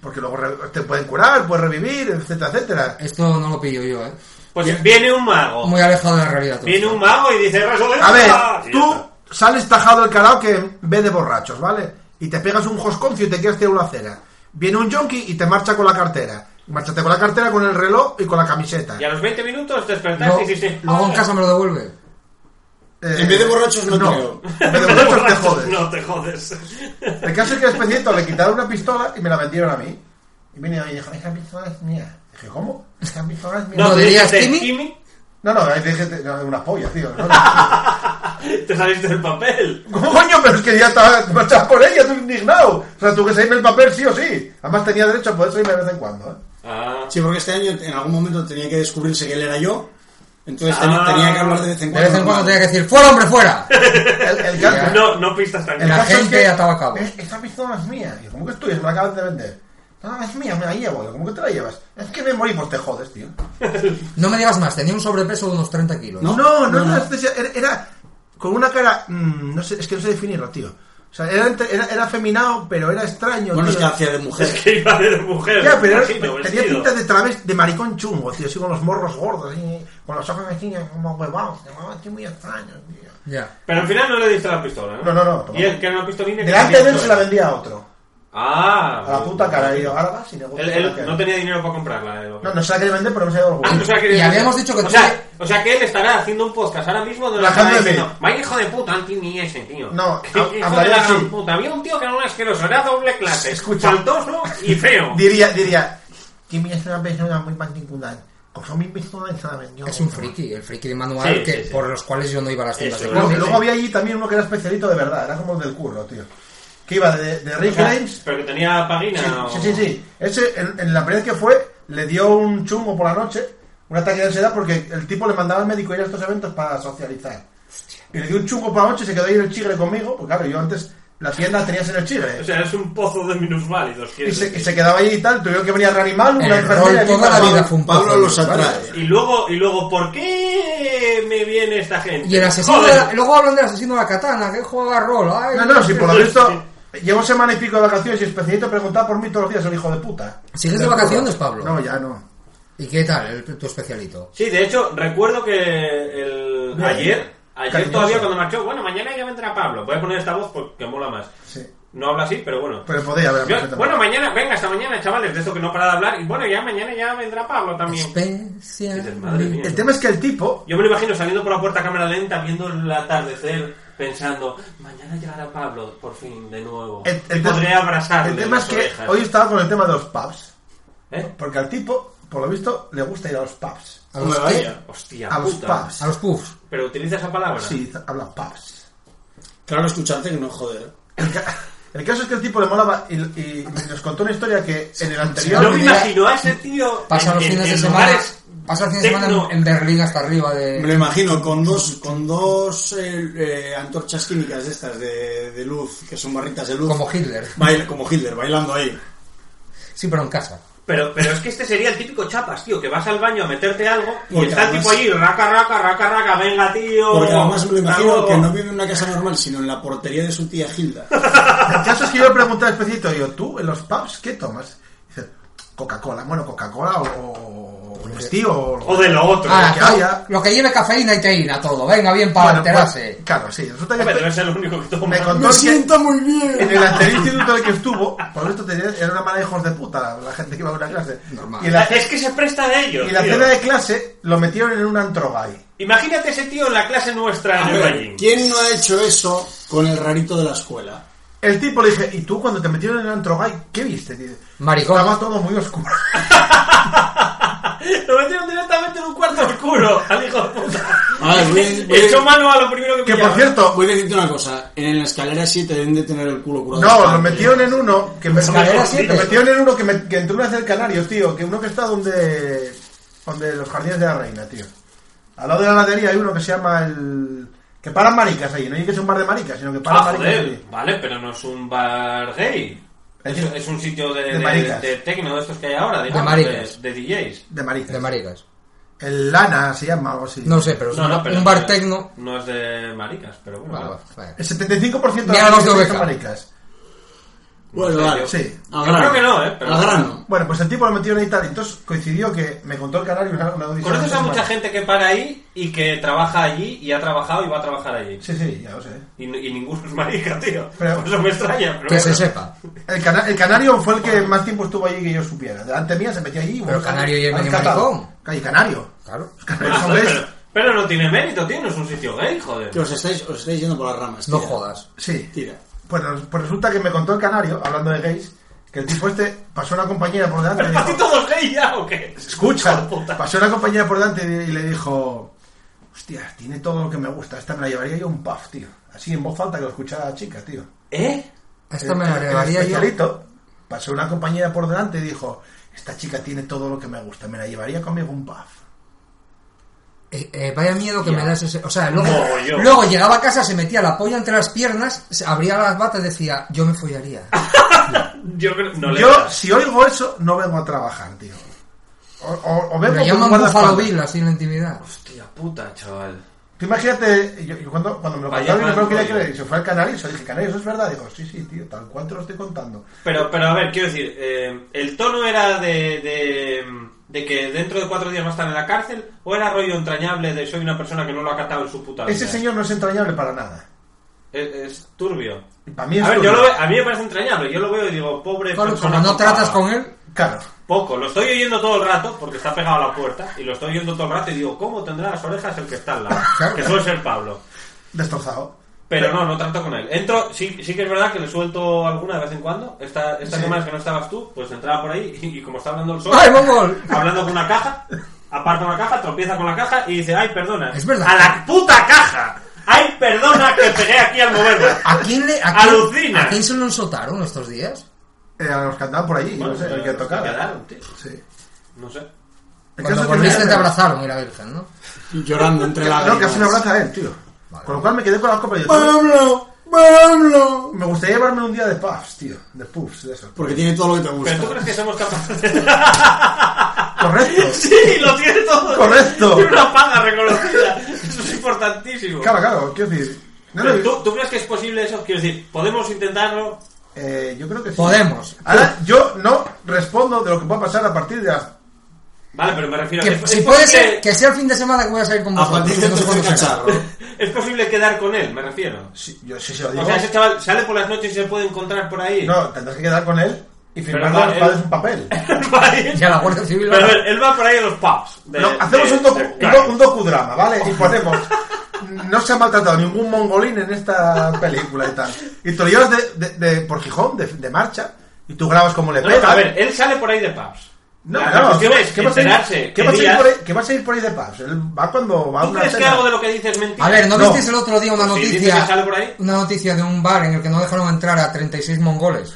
Porque luego re- te pueden curar, puedes revivir, etcétera, etcétera. Esto no lo pillo yo, ¿eh? Pues viene un mago. Muy alejado de la realidad. Viene un mago y dice, resolver. A ver, tú sales tajado del karaoke en vez de borrachos, ¿vale? Y te pegas un josconcio y te quieres tirar una cera. Viene un yonki y te marcha con la cartera. Márchate con la cartera, con el reloj y con la camiseta. Y a los 20 minutos te despertaste Luego, y dijiste... luego en "Ah, casa me lo devuelve. Eh, En vez de borrachos, no creo. En vez de borrachos te jodes. No te jodes. El caso es que al especialito le quitaron una pistola y me la vendieron a mí. Y vine y dijo, esa pistola es mía. Dije, ¿cómo? Esa pistola es mía. No, ¿No te dirías dijiste, Kimi? Kimi, No, no, ahí dije, no, una polla, tío. No, no. te saliste del papel. ¿Cómo coño? Pero es que ya estaba marchado por ella, tú indignado. O sea, tuve que salirme el papel sí o sí. Además tenía derecho a poder salirme de vez en cuando, ¿eh? Ah, Sí, porque este año en algún momento tenía que descubrirse que él era yo, entonces Ah. tenía, tenía que hablar de vez en De cuando. vez en cuando tenía que decir, ¡fuera, hombre, fuera! El, el caso- no, no pistas tan El La caso es gente que ataba cabos. "Eh, Esta pistola es mía. Y yo, ¿cómo que es tuya? Se Me la acaban de vender. No, no, es mía, me la llevo. Y yo, ¿Cómo que te la llevas? Es que me morí, pues te jodes, tío. No me digas más, tenía un sobrepeso de unos 30 kilos. No, no, no, no, no. era anestesia, era, era con una cara. mm, no sé, es que no sé definirlo, tío. O sea, era, entre- era, era afeminado, pero era extraño. Bueno, es tío. que hacía de mujer. Es que iba de mujer. Ya, pero era- imagino, tenía vestido. pinta de través de maricón chungo, tío, así con los morros gordos, así, con los ojos así, como huevados, ¿no? así muy extraño, tío. Ya. Pero al final no le diste la pistola, ¿no? No, no, no, toma. Y él, que era una pistolina... que Delante de tenía él se tú. la vendía a otro, eh. Ah. a la puta cara, y yo, ahora vas y negocio Él, la él cara. no tenía dinero para comprarla. eh, lo que- No, no se la quería vender, pero no se la dio Ah, o sea que- Y habíamos dicho que o tú- sea, o sea que él estará haciendo un podcast ahora mismo donde Bajando estará de diciendo, mí. vaya hijo de puta, anti ni ese tío. No, Qué ha- hijo de hablaría la así. gran puta. Había un tío que era un asqueroso, era doble clase, Escucha. faltoso y feo. Diría, diría, Kimi es una persona muy particular. Cogió mi pistola y se la vendió. Es un friki, el friki de manual Sí, que, sí, sí. por los cuales yo no iba a las tiendas de Eso es. Luego, cómics. luego había allí también uno que era especialito de verdad, era como el del curro, tío. Que iba de, de Rick Grimes. Pero que tenía pagina. o- Sí, sí, sí. Ese, en, en la primera vez que fue, le dio un chungo por la noche, un ataque de ansiedad, porque el tipo le mandaba al médico ir a estos eventos para socializar. Y le dio un chungo por la noche y se quedó ahí en el chigre conmigo, porque claro, yo antes la tienda tenías en el chigre. O sea, es un pozo de minusválidos. Y quieres se, y decir. se quedaba allí y tal, tuvieron que venir a reanimarlo, una El rol enfermera y Eh, toda la tal. vida fue un Pablo pozo los inusual. atrae. Y luego, y luego, ¿por qué me viene bien esta gente. Y el asesino Joder. de la- luego hablan del asesino de la katana, que juega rol. ay, No, no, si por lo Sí, visto llevo semana y pico de vacaciones y especialito preguntaba por mí todos los días, el hijo de puta. ¿Sigues de Del vacaciones, curro. Pablo? No, ya no. ¿Y qué tal el- tu especialito? Sí, de hecho, recuerdo que el- Bien. ayer, ayer Cariñoso. todavía cuando marchó, bueno, mañana ya vendrá Pablo. Voy a poner esta voz porque mola más. Sí. No habla así, pero bueno. Pero podía haber Yo- perfectamente. bueno, mañana, venga, hasta mañana, chavales, de esto que no para de hablar. Y bueno, ya mañana ya vendrá Pablo también. Dices, madre Especial. mía. El tema es que el tipo. Yo me lo imagino saliendo por la puerta a cámara lenta, viendo el atardecer, pensando, mañana llegará Pablo, por fin, de nuevo. El, el tema- Podré abrazarle El tema es las que orejas". hoy estaba con el tema de los pubs. ¿Eh? Porque al tipo, por lo visto, le gusta ir a los pubs. ¿A los, Vaya, qué? Hostia, A los puta. pubs. A los puffs. Pero utiliza esa palabra. Sí, habla pubs. Claro, escucharte que no joder. El, ca- el caso es que el tipo le molaba y, y nos contó una historia que en el anterior. No me Mira, imagino a ese tío. Pasa en- los en- fines de en semana. lugares Pasa los fines de semana tecno. en- en Berlín hasta arriba Me de. lo imagino con dos, con dos eh, eh, antorchas químicas de estas de, de luz, que son barritas de luz. Como Hitler. Baila- como Hitler, bailando ahí. Sí, pero en casa. Pero, pero es que este sería el típico chapas, tío, que vas al baño a meterte algo y Porque está el tipo además- allí, raca, raca, raca, raca, venga, tío. Porque además me lo imagino Bravo. que no vive en una casa normal, sino en la portería de su tía Hilda. El caso es que yo le pregunté al especito, yo, ¿tú en los pubs qué tomas? Dice, Coca-Cola, bueno, Coca-Cola o, o Nestí o, O de lo otro. Ah, que todo- haya. Lo que lleve cafeína y teína, todo. Venga, bien para Bueno, enterarse. pues, claro, sí, resulta que Pero estoy- es el único que toma. me contó ¡Me que sienta muy en bien! el anterior instituto en el que estuvo, por esto tenía, era una manera de hijos de puta la gente que iba a una clase. Normal. Y en la, Es que se presta a ello. y la tío. cena de clase lo metieron en un antro gay. Imagínate ese tío en la clase nuestra A en el ver, Beijing. ¿quién no ha hecho eso con el rarito de la escuela? El tipo le dije, ¿y tú cuando te metieron en el antro gay, qué viste? Dice, Maricón. Estaba todo muy oscuro. Lo metieron directamente en un cuarto oscuro, al hijo de puta. A ver, voy- voy- Echó mano a lo primero que que pillaba. por cierto, Voy a decirte una cosa, en la escalera 7 deben de tener el culo curado. No, lo metieron en uno que me, Pues Escalera siete. lo metieron en uno que, me, que entró una vez el Canarios, tío, que uno que está donde donde los jardines de la reina, tío. Al lado de la ladería hay uno que se llama el que paran maricas ahí, no hay que ser un bar de maricas, sino que paran Ah, maricas. joder, ahí. vale, pero no es un bar gay. Es- Es, es un sitio de, de de, maricas. de techno de estos que hay ahora, digamos, de, maricas. de DJs. De maricas. De maricas. El Lana se llama algo así. No sé, pero es No, un- no, pero un bar tecno. No es de maricas, pero bueno. Vale, claro. vale. El 75% de Mira, los las maricas de son oveja. maricas. Bueno, vale. Sí. Al Yo grano. creo que no, ¿eh? Pero- Al grano. Bueno, pues el tipo lo metieron ahí tal, y entonces coincidió que me contó el Canario una, una odisea. Conoces a Sí, mucha gente que para ahí y que trabaja allí y ha trabajado y va a trabajar allí. Sí, sí, ya lo sé. Y, y ninguno es marica, tío. Pero- Por eso me extraña. pero Que se bueno. sepa. El, cana- el canario fue el que más tiempo estuvo allí que yo supiera. Delante mía se metió allí. y Pero bueno, canario y el ahí medio catado. maricón. Ay, canario. Claro. Los canarios son gays. Ah, Pero, pero no tiene mérito, tío. No es un sitio gay, joder. Que os estáis, os estáis yendo por las ramas. No tira. jodas. Sí. Tira. Pues, res- pues resulta que me contó el canario, hablando de gays, que el tipo este pasó una compañera por delante y ¿Pero le para ti dijo... todos gay ya o qué? Hijo Escucha, de puta. pasó una compañera por delante y le dijo... Hostia, tiene todo lo que me gusta. Esta me la llevaría yo a un pub, tío. Así en voz falta que lo escuchara chica, tío. ¿Eh? Esta me El- la el llevaría yo. Este especialito Pasó una compañera por delante y dijo... Esta chica tiene todo lo que me gusta. Me la llevaría conmigo a un pub. Eh, eh, vaya miedo que me das ese. O sea, luego, Mogollón. luego llegaba a casa, se metía la polla entre las piernas, se abría las batas y decía, yo me follaría. Yo creo- no le Yo, das. si oigo eso, no vengo a trabajar, tío. O, o, o vengo Me con llaman Buffalo guardaespaldas. Bill así en la intimidad. Hostia puta, chaval. Tú imagínate, yo, yo cuando, cuando me lo Vaya contaron, yo no me lo mal quería rollo. creer. Y se fue al canal y se dije, Canario, eso es verdad. Dijo, sí, sí, tío, tal cual te lo estoy contando. Pero, pero a ver, quiero decir, eh, ¿el tono era de, de, de que dentro de cuatro días va a estar en la cárcel? ¿O era rollo entrañable de soy una persona que no lo ha catado en su puta vida? Ese señor no es entrañable para nada. Es, es turbio. Y para mí es a ver, turbio. yo lo ve- a mí me parece entrañable. Yo lo veo y digo, pobre Claro, persona. como no copada. tratas con él, Claro. Poco, lo estoy oyendo todo el rato porque está pegado a la puerta y lo estoy oyendo todo el rato y digo, ¿cómo tendrá las orejas el que está al lado? Claro. Que suele ser Pablo. Destrozado. Pero no, no trato con él. Entro, sí, sí que es verdad que le suelto alguna de vez en cuando. Esta, esta Sí. semana que no estabas tú, pues entraba por ahí y, y como está hablando el sol, ¡Ay, mongol! hablando con una caja, aparta una caja, tropieza con la caja y dice, ay, perdona. Es verdad. A la puta caja. Ay, perdona que pegué aquí al moverme. ¿a quién le. A quién, Alucina. ¿A quién se lo ensotaron estos días? Eh, a los que andaban por allí, Bueno, no sé, el que pero se tocaba. quedaron, tío. Sí. El No sé. caso Cuando es que volviste me- te abrazaron y la virgen, ¿no? Llorando entre lágrimas. No, casi me abraza él, tío. Con lo cual me quedé con las copas y yo, tío, ¡Pablo! ¡Pablo! me gustaría llevarme un día de puffs, tío. De puffs, de eso. Porque tiene todo lo que te Pero tú gusta. crees que somos capaces de... Correcto. Sí, lo tiene todo. Correcto. Tiene una paga reconocida. Eso sí importantísimo. Claro, claro, quiero decir. no, no, Pero ¿tú, ¿Tú crees que es posible eso? Quiero decir, podemos intentarlo. eh, yo creo que sí. Podemos. Ahora, yo no respondo de lo que va a pasar a partir de las. Vale, pero me refiero a Que, que es, si es puede posible- ser, que sea el fin de semana que voy a salir con A partir vosotros. del no sé tercer cuándo será. cacharro. es posible quedar con él, me refiero. Sí, yo sí se lo digo. O sea, ese chaval sale por las noches y se puede encontrar por ahí. No, tendrás que quedar con él y firmar Pero va, a los él- padres un papel. Vale. Ya la Guardia Civil. Pero a ver, él va por ahí a los pubs. de- este No, hacemos de- un, docu, de- un, do- un docudrama, ¿vale? Y ponemos. No se ha maltratado ningún mongolín en esta película y tal. Y te lo llevas de, de- de- por Gijón, de, de marcha, y tú grabas como le No, no, pegas. a ver, él sale por ahí de pubs. No, La- la claro, cuestión es ¿qué vas a ir- enterarse qué qué vas a ir días- por ahí- qué vas a ir por ahí de paz? Él va cuando va a ¿Tú una crees que cena. algo de lo que dices es mentira? A ver, ¿no, No. visteis el otro día una Si dice noticia? que sale por ahí. Una noticia de un bar en el que no dejaron entrar a 36 mongoles.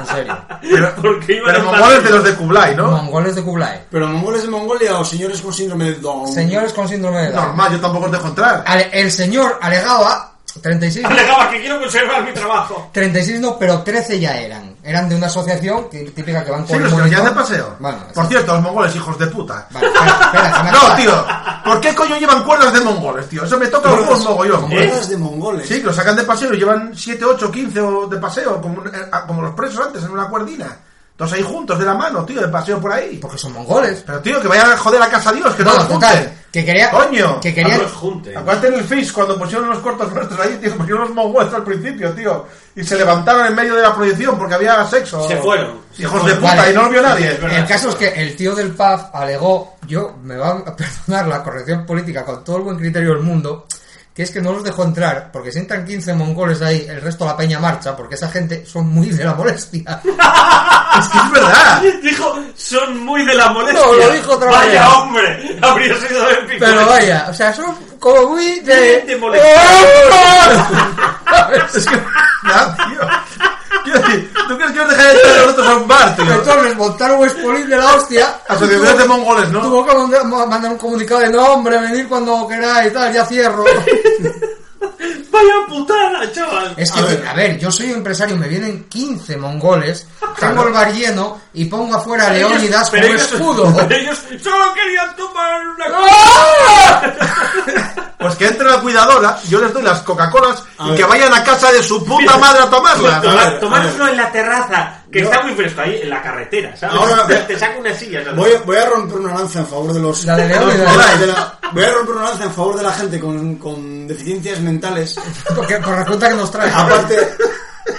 en serio. Pero, Porque iban pero en mongoles paz. de los de Kublai, ¿no? Mongoles de Kublai. Pero mongoles de Mongolia o señores con síndrome de Down. Señores con síndrome de Down. Normal, yo tampoco os dejo entrar. Ale- el señor alegaba 36 Alegaba que quiero conservar mi trabajo. 36 no, pero 13 ya eran. Eran de una asociación que- típica que van Sí, con los que monitor. nos llevan de paseo. Bueno, Por cierto, los mongoles, hijos de puta. vale, espera, espera, que me No, acaba. tío, ¿por qué coño llevan cuerdas de mongoles, tío? Eso me toca un huevo mogollón. Mongolas de mongoles. Sí, que los sacan de paseo y llevan 7, 8, 15 o de paseo, como, un- eh, como los presos antes en una cuerdina. Todos ahí juntos de la mano, tío, de paseo por ahí. Porque son mongoles. Pero tío, que vaya a joder la casa a Dios, que no Bueno, los junten. total, que quería... Coño. Que quería... No los junten. Acuérdate en el Face cuando pusieron los cortos nuestros ahí, tío, pusieron los mongoles al principio, tío. Y se levantaron en medio de la proyección porque había sexo. Se fueron. Hijos Se de fueron. puta, Vale. y no lo vio nadie. Es verdad. El caso es que el tío del PAF alegó, yo me va a perdonar la corrección política con todo el buen criterio del mundo, que es que no los dejó entrar, porque si entran 15 mongoles ahí, el resto de la peña marcha, porque esa gente son muy de la molestia. Es que es verdad. Dijo, son muy de la molestia. No, lo dijo otra Vaya manera. hombre, habría sido épico. Pero vaya, o sea, son como muy de... De molestia. Es que. Ya, tío. Quiero decir, ¿tú crees que os dejar entrar a los otros a un bar, tío? Entonces montaron un spoiler de la hostia. Asociaciones de mongoles, ¿no? Tuvo que mandar, mandar un comunicado de no, hombre, venir cuando queráis, tal, ya cierro. Vaya putada, chaval. Es que, a ver, yo soy un empresario, me vienen 15 mongoles, tengo el bar lleno y pongo afuera a Leónidas como Pero ellos- escudo. pero ellos solo querían tomar una Pues que entre la cuidadora, yo les doy las Coca-Colas y ver. que vayan a casa de su puta madre a tomarlas. A Tomar, ver, tomárnoslo en la terraza, que Yo- está muy fresco ahí, en la carretera, ¿sabes? Ahora- te, te saco una silla, ¿sabes? Voy, voy a romper una lanza en favor de los. La de León y de la de- la- de la- voy a romper una lanza en favor de la gente con, con deficiencias mentales. Porque por la cuenta que nos trae. Aparte,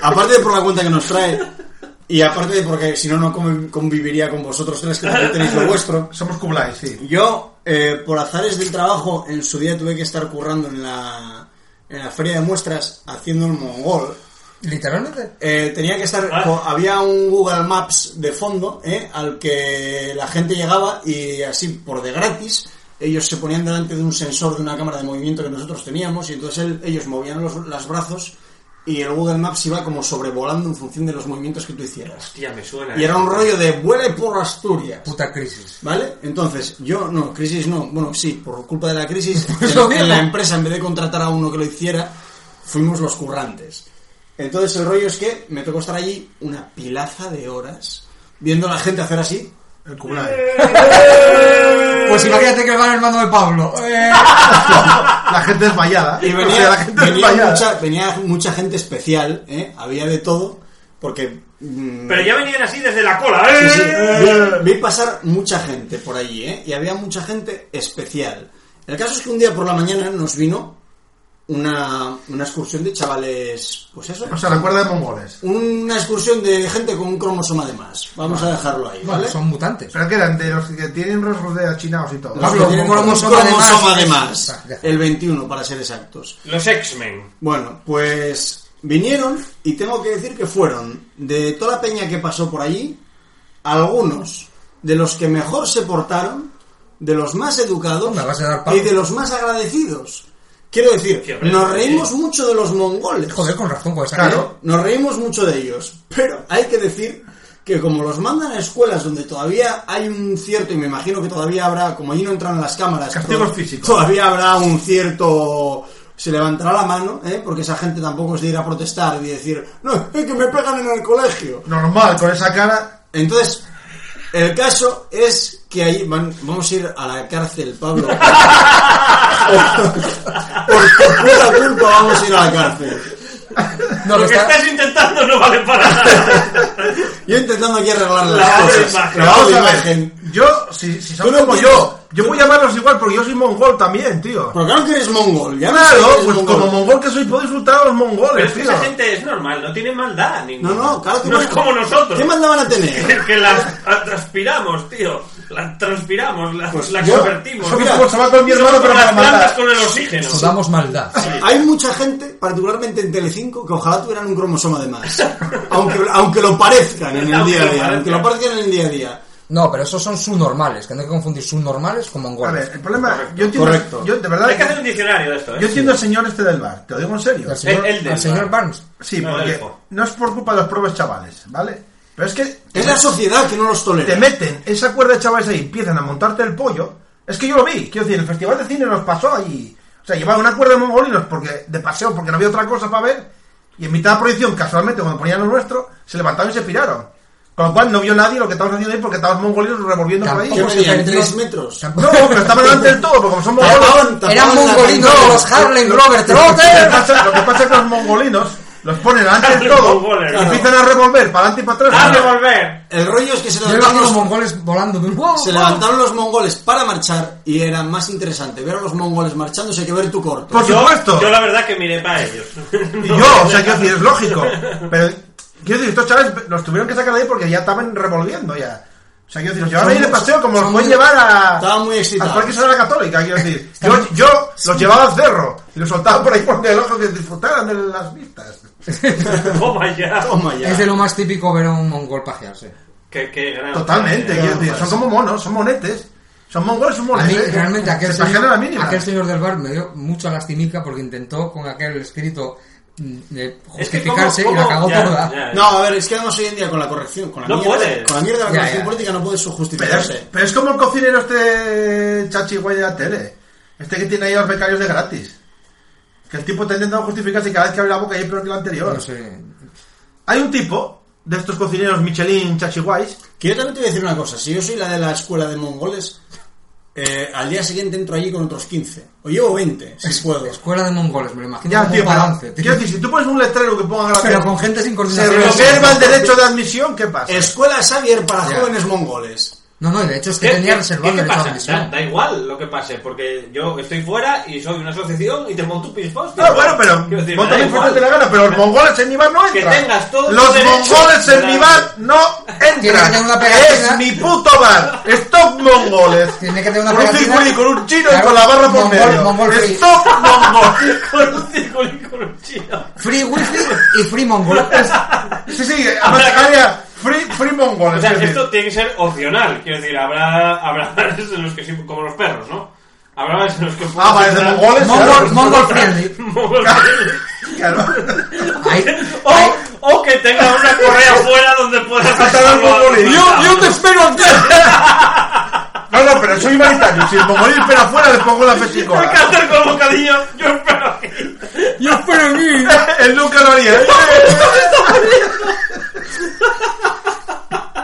aparte de por la cuenta que nos trae. Y aparte de porque si no, no convi- conviviría con vosotros tres que también tenéis lo vuestro. Somos Kublai, sí. Yo, eh, por azares del trabajo, en su día tuve que estar currando en la, en la feria de muestras haciendo el mongol. Literalmente. Eh, tenía que estar. Ah. co- Había un Google Maps de fondo ¿eh? al que la gente llegaba y así por de gratis. Ellos se ponían delante de un sensor de una cámara de movimiento que nosotros teníamos y entonces él- ellos movían los, los brazos y el Google Maps iba como sobrevolando en función de los movimientos que tú hicieras. Hostia, me suena. ¿eh? Y era un rollo de vuele por Asturias. Puta crisis. ¿Vale? Entonces, yo no, crisis no. Bueno, sí, por culpa de la crisis, Por eso en, en mismo. la empresa, en vez de contratar a uno que lo hiciera, fuimos los currantes. Entonces, el rollo es que me tocó estar allí una pilaza de horas viendo a la gente hacer así. El Kublai. Pues imagínate que va el hermano de Pablo. Eh, La gente desmayada. Y O sea, venía, la gente venía desmayada. mucha, venía mucha gente especial, ¿eh? había de todo, porque. mm, Pero ya venían así desde la cola, ¿eh? Sí, sí. Vi, vi pasar mucha gente por allí, ¿eh? Y había mucha gente especial. El caso es que un día por la mañana nos vino una, una excursión de chavales, pues eso, O sea, la cuerda de mongoles. una excursión de gente con un cromosoma de más. Vamos a dejarlo ahí, bueno, ¿vale? son mutantes. Pero que eran de los que tienen rasgos de achinados y todo. Los que Pablo, tienen un un cromosoma de más. cromosoma de más. Ah, ya. El 21, para ser exactos. Los X-Men. Bueno, pues vinieron y tengo que decir que fueron de toda la peña que pasó por allí, algunos de los que mejor se portaron, de los más educados Me vas a dar palo. y de los más agradecidos. Quiero Qué decir, hombre, nos sí. reímos mucho de los mongoles. Joder, con razón, con esa Claro, ¿Eh? nos reímos mucho de ellos, pero hay que decir que como los mandan a escuelas donde todavía hay un cierto, y me imagino que todavía habrá, como allí no entran las cámaras, Castigos to- físicos. todavía habrá un cierto... Se levantará la mano, ¿eh? porque esa gente tampoco se irá a protestar y decir, no, es que me pegan en el colegio. Normal, con esa cara. Entonces, El caso es que ahí van- vamos a ir a la cárcel, Pablo. Por tu puta culpa vamos a ir a la cárcel. No, Lo que que está- estás intentando no vale para nada. Yo intentando aquí arreglar las Lavado de cosas. imagen. Pero vamos de a ver, imagen. yo, si, si son Tú no como tienes- yo, yo voy a llamarlos igual porque yo soy mongol también, tío. Pero claro que eres mongol, ya ves Claro, que eres pues Pues mongol. como mongol que soy, puedo insultar a los Pero mongoles, es que tío. esa gente es normal, no tiene maldad No, ninguna. no, claro que No es como nosotros. ¿Qué mandaban a tener? Que las transpiramos, tío. Las transpiramos, las, las yo- convertimos. Somos Mira, como chaval con Pues mi hermano, Somos pero como las para plantas matar. con el oxígeno. Sudamos maldad. Hay mucha gente, particularmente en Telecinco, que ojalá tuvieran un cromosoma de más. Aunque, aunque lo parezcan en el Aunque día a lo día. Aunque lo parezcan. parezcan en el día a día. No, pero esos son subnormales, que no hay que confundir subnormales con A mongoles. ver, el problema, yo entiendo, Correcto. yo de verdad, Hay que hacer un diccionario de esto, yo ¿eh? entiendo al señor este del bar, te lo digo en serio. Al señor, el del al señor bar. Barnes. Sí, No, porque dejo. no es por culpa de los probes chavales, ¿vale? Pero es que Es la sociedad que no los te tolera. meten esa cuerda de chavales ahí, empiezan a montarte el pollo. Es que yo lo vi, quiero decir, el festival de cine nos pasó ahí. O sea, llevaba una cuerda de mongolinos porque, de paseo porque no había otra cosa para ver. Y en mitad de la proyección, casualmente, cuando ponían lo nuestro, se levantaron y se piraron. Con lo cual no vio nadie lo que estábamos haciendo ahí porque estaban mongolinos revolviendo por ahí. ¿Qué Tampoco se medían? perdió- ¿Tres metros? No, pero estaban delante del todo, porque como son mongolos. Tapaban- tapaban Eran la mongolinos ventana. los Harlem Glover Lo que Trotter. pasa- Lo que pasa es que los mongolinos los ponen delante del todo Mongoles, y claro. empiezan a revolver para adelante y para atrás. ¡A revolver! El rollo es que se Yo le digo levantaron los los, mongoles volando de un se levantaron los mongoles para marchar y era más interesante ver a los mongoles marchándose que ver tu corto. Por supuesto. Yo la verdad que miré para ellos. Y yo, o sea, quiero decir, es lógico. Pero, quiero decir, estos chavales los tuvieron que sacar de ahí porque ya estaban revolviendo ya. O sea, quiero decir, los llevaban ahí de paseo como los son pueden muy- llevar a. estaban muy excitados. Al Parque Solar Católica, quiero decir. Yo, yo los llevaba al cerro y los soltaba por ahí por el ojo que disfrutaran de las vistas. Toma ya. Toma ya. Es de lo más típico ver a un mongol pajearse. Qué, qué gran- Totalmente, quiero decir, son como monos, son monetes. Son mongoles, son A mí, monetes. realmente, aquel Se pajean a la señor, mínima. aquel señor del bar me dio mucha lastimica porque intentó con aquel escrito mm, de Es que justificarse cómo- y la cómo- cagó ya, toda. ya, ya. No, a ver, es que además hoy en día con la corrección, con la No mierda, puedes. con la mierda de la Ya, corrección ya. política no puedes Pero es, justificarse. pero es como el cocinero este chachi guay de la tele. Este que tiene ahí a los becarios de gratis. Que el tipo está intentando justificarse y cada vez que abre la boca y peor que la anterior. No sé. Hay un tipo de estos cocineros Michelin chachi guays. Que yo también te voy a decir una cosa, si yo soy la de la escuela de mongoles, eh, al día siguiente entro allí con otros 15. O llevo 20, si puedo. Escuela de mongoles, me lo imagino Ya, como tío, un pero- balance. tío. Quiero decir, si tú pones un letrero que ponga gratis, Pero con gente sin se coordinación. reserva el derecho de admisión, ¿qué Eh, pasa? Escuela Xavier para Ya. jóvenes mongoles. No, no, y de hecho es que ¿Qué- tenía qué- reservado qué el derecho de pasa? Da, admisión. da igual lo que pase, porque yo estoy fuera y soy una asociación y te monto un pispos. Ah, bueno, pero Quiero decir, monta me da mi foto igual. te la gana, pero los mongoles en mi bar no Que entran. tengas todos los los derechos. mongoles en mi bar no Tiene que entran. tener una pegatina. es mi puto bar. Stop mongoles. Tiene que tener una con un pegatina. circulí, con un chino Claro, y con la barra por mongol- medio. mongol free. Stop mongol. Con un círculo y con un chino. Free wifi y free mongol. Sí, sí, aplicaría free, free mongoles. O sea, es decir, esto tiene que ser opcional. Quiero decir, habrá, habrá bares en los que sí, como los perros, ¿no? Habrá bares en los que. Ah, bares de mongoles, Mongol, mongol friendly. Mongol. claro. Ahí. o, o que tenga una correa fuera donde pueda Atar al mongolín. te espero aquí. No, no, pero soy humanitario. Si el mongolín espera afuera, le pongo la Hay fesicola. que hacer con bocadillo. Yo espero aquí. Yo espero aquí. Él nunca lo haría.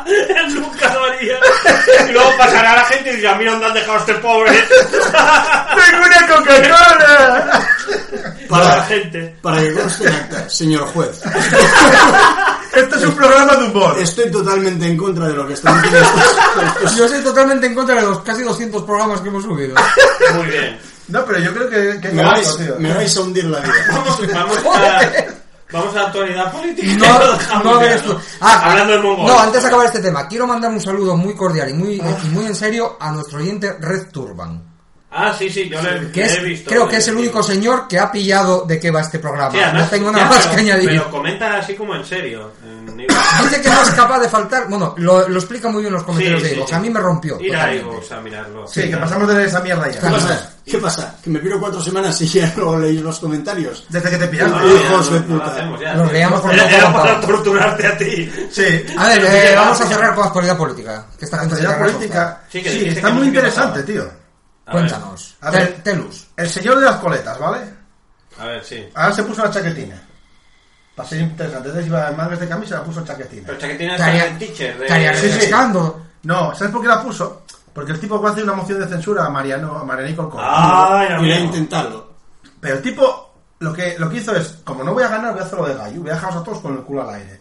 Él nunca lo haría. Y luego pasará la gente y dirá: Mira dónde han dejado a este pobre. ¡Tengo una Coca-Cola! Para Para, la gente. para que conste en acta, señor juez. Este es un programa de humor. Estoy totalmente en contra de lo que están diciendo estos- estos- Yo estoy totalmente en contra de los casi 200 programas que hemos subido. Muy bien. No, pero yo creo que, que es Me barato, vais, tío. me vais a hundir la vida. Vamos, vamos a. Vamos a la actualidad política. No, Lo dejamos no ya, haber ¿no? estu- Ah, Hablando del mongol. No, antes de acabar este tema, quiero mandar un saludo muy cordial y muy, y muy en serio a nuestro oyente Red Turban. Ah, sí, sí, yo le, Que le es, he visto. creo que es el Sí. único señor que ha pillado de qué va este programa. Sí, además, no tengo ya, nada más pero- que añadir. Pero comenta así como en serio. en- Dice que no es capaz de faltar. Bueno, lo, lo explica muy bien en los comentarios Sí, de sí, Evox. sí. A mí me rompió. Ir a totalmente. iVoox a mirarlo. Ah, Sí, que pasamos de esa mierda ¿Qué ya. pasa? ¿Qué pasa? Que me piro cuatro semanas y ya no leí los comentarios. Desde que te No, pillaron. no, ya, Hijos no, de no lo puta. hacemos ya, Nos tío. veíamos por Era- no era aguantar. para torturarte a ti. Sí. A ver, Así que eh, vamos a vamos. cerrar con actualidad política. Que esta La gente se actualidad carga el política. Sí, Sí, que dijiste que está no muy sé qué interesante, pasaba. tío. sofá. Cuéntanos. A ver. Tel- Telus. El señor de las coletas, ¿vale? A ver, sí. Ahora se puso una chaquetina. Para ser interesante. Antes iba en madres de camisa, se la puso chaquetina. Pero chaquetina es Estaría- el teacher. estaría De... Sí, sí. refrescando. No, ¿sabes por qué la puso? Porque el tipo va a hacer una moción de censura a Mariano, a Marianico Alcón. Ay, y voy a amigo. intentarlo. Pero el tipo lo que, lo que hizo es, como no voy a ganar, voy a hacerlo de gallo, voy a dejaros a todos con el culo al aire.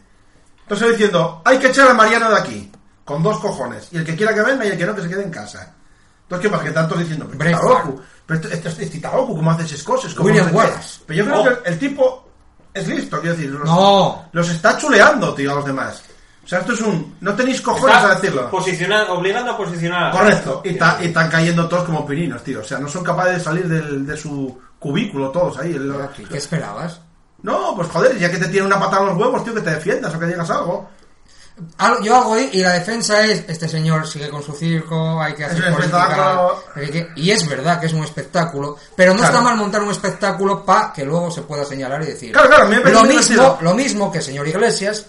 Entonces diciendo, hay que echar a Mariano de aquí, con dos cojones, y el que quiera que venga y el que no que se quede en casa. Entonces, ¿qué más que tanto diciendo? Pero Braveheart. Titaoku, pero esto, esto es Titaoku, ¿cómo haces esas cosas? ¿Cómo William no sé qué? Wallace. Pero yo creo Oh. que el, el tipo es listo, quiero decir, los, No. los está chuleando, tío, a los demás. O sea, esto es un... No tenéis cojones Está a decirlo. posicionando- obligando a posicionar. a- Correcto, y, ta- y están cayendo todos como pirinos, tío. O sea, no son capaces de salir del- de su cubículo todos ahí. El- ¿Y ¿Qué esperabas? no, pues joder, ya que te tiene una patada en los huevos, tío, que te defiendas o que digas algo. Algo- Yo hago ahí y la defensa es, este señor sigue con su circo, hay que hacer Es un política, espectáculo. hay que- Y es verdad que es un espectáculo, pero no Claro. está mal montar un espectáculo para que luego se pueda señalar y decir... Claro, claro, a mí me parece lo muy mismo, divertido. lo mismo que el señor Iglesias,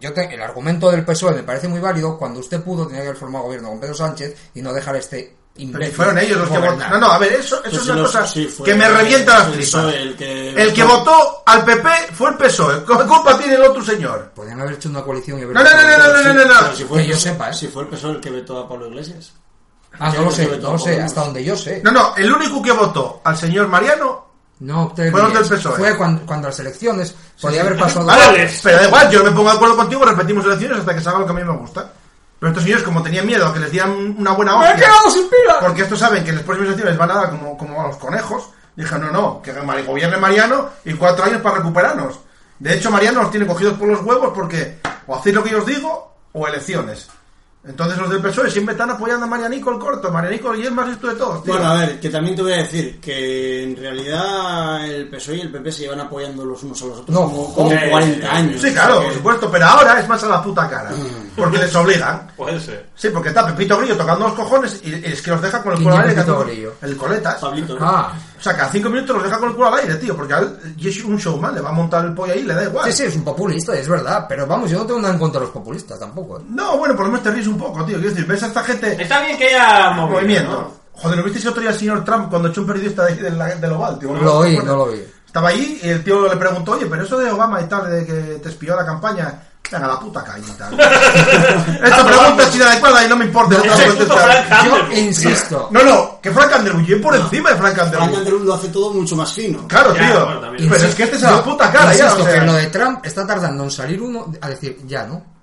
yo te- el argumento del PSOE E me parece muy válido, cuando usted pudo tenía que haber formado gobierno con Pedro Sánchez y no dejar a este Pero imbécil si fueron ellos los que gobernar. votaron. No, no, a ver, eso, eso Pues es si una los- cosa sí, fue que me el- revienta las el tripas. PSOE el que El que votó al PP fue el PSOE. E. ¿Qué culpa tiene el otro señor? Podrían haber hecho una coalición y haber... No, no, no, no, no, no, no, no. Pero si fue Que el yo PSOE- sepa, ¿eh? Si fue el PSOE el que vetó a Pablo Iglesias. Ah, no Yo lo creo sé, que no lo sé, tampoco. hasta donde yo sé. No, no, el único que votó al señor Mariano... No, te Fueron ríes. del PSOE. Fue cuando, cuando las elecciones podía haber pasado. E. Vale, pero da igual, yo me pongo de acuerdo contigo, repetimos elecciones hasta que salga lo que a mí me gusta. Pero estos señores, como tenían miedo a que les dieran una buena ¡Me he hostia... quedado sin pila! Porque estos saben que en las próximas elecciones van a dar como, como a los conejos. Dijeron, no, no, que Mari- gobierne Mariano y cuatro años para recuperarnos. De hecho, Mariano los tiene cogidos por los huevos porque o hacéis lo que yo os digo o elecciones. Entonces los del PSOE siempre están apoyando a Marianico el corto. Marianico y el más listo de todos. tío. Bueno, a ver, que también te voy a decir que en realidad el PSOE y el PP se llevan apoyando los unos a los otros No, como, como joder. 40 años. sí, claro, O sea por que- supuesto, pero ahora es más a la puta cara. Porque les obligan. Puede ser. Sí, porque está Pepito Grillo tocando los cojones y es que los deja con el ¿Quién culo al es aire. Pepito que- Grillo? El coletas. Pablito. ¿no? Ah, O sea, cada cinco minutos los deja con el culo al aire, tío, porque a él- y es un showman, le va a montar el pollo ahí, le da igual. sí, sí, es un populista, es verdad. Pero vamos, yo no tengo nada en contra de los populistas tampoco. ¿eh? No, bueno, por lo menos te ríes un poco, tío. Quiero decir, ves a esta gente Está bien que haya movido, movimiento. ¿no? Joder, ¿lo visteis el otro día al señor Trump cuando echó un periodista de, de la, del Oval, tío? No lo oí, no lo oí. Estaba ahí y el tío le preguntó, oye, pero eso de Obama y tal, de que te espió la campaña, venga, la puta calle y tal. Esta pregunta es inadecuada y no me importa. no te voy a Ese puto contestar. Frank Yo Underwood. insisto, No, no, que Frank Underwood, yo por encima de Frank Frank Underwood. Underwood lo hace todo mucho más fino. Claro, Ya, tío. bueno, también. pero es que este es a la puta cara, ya. insisto o sea. que lo de Trump está tardando en salir uno a decir, ya no.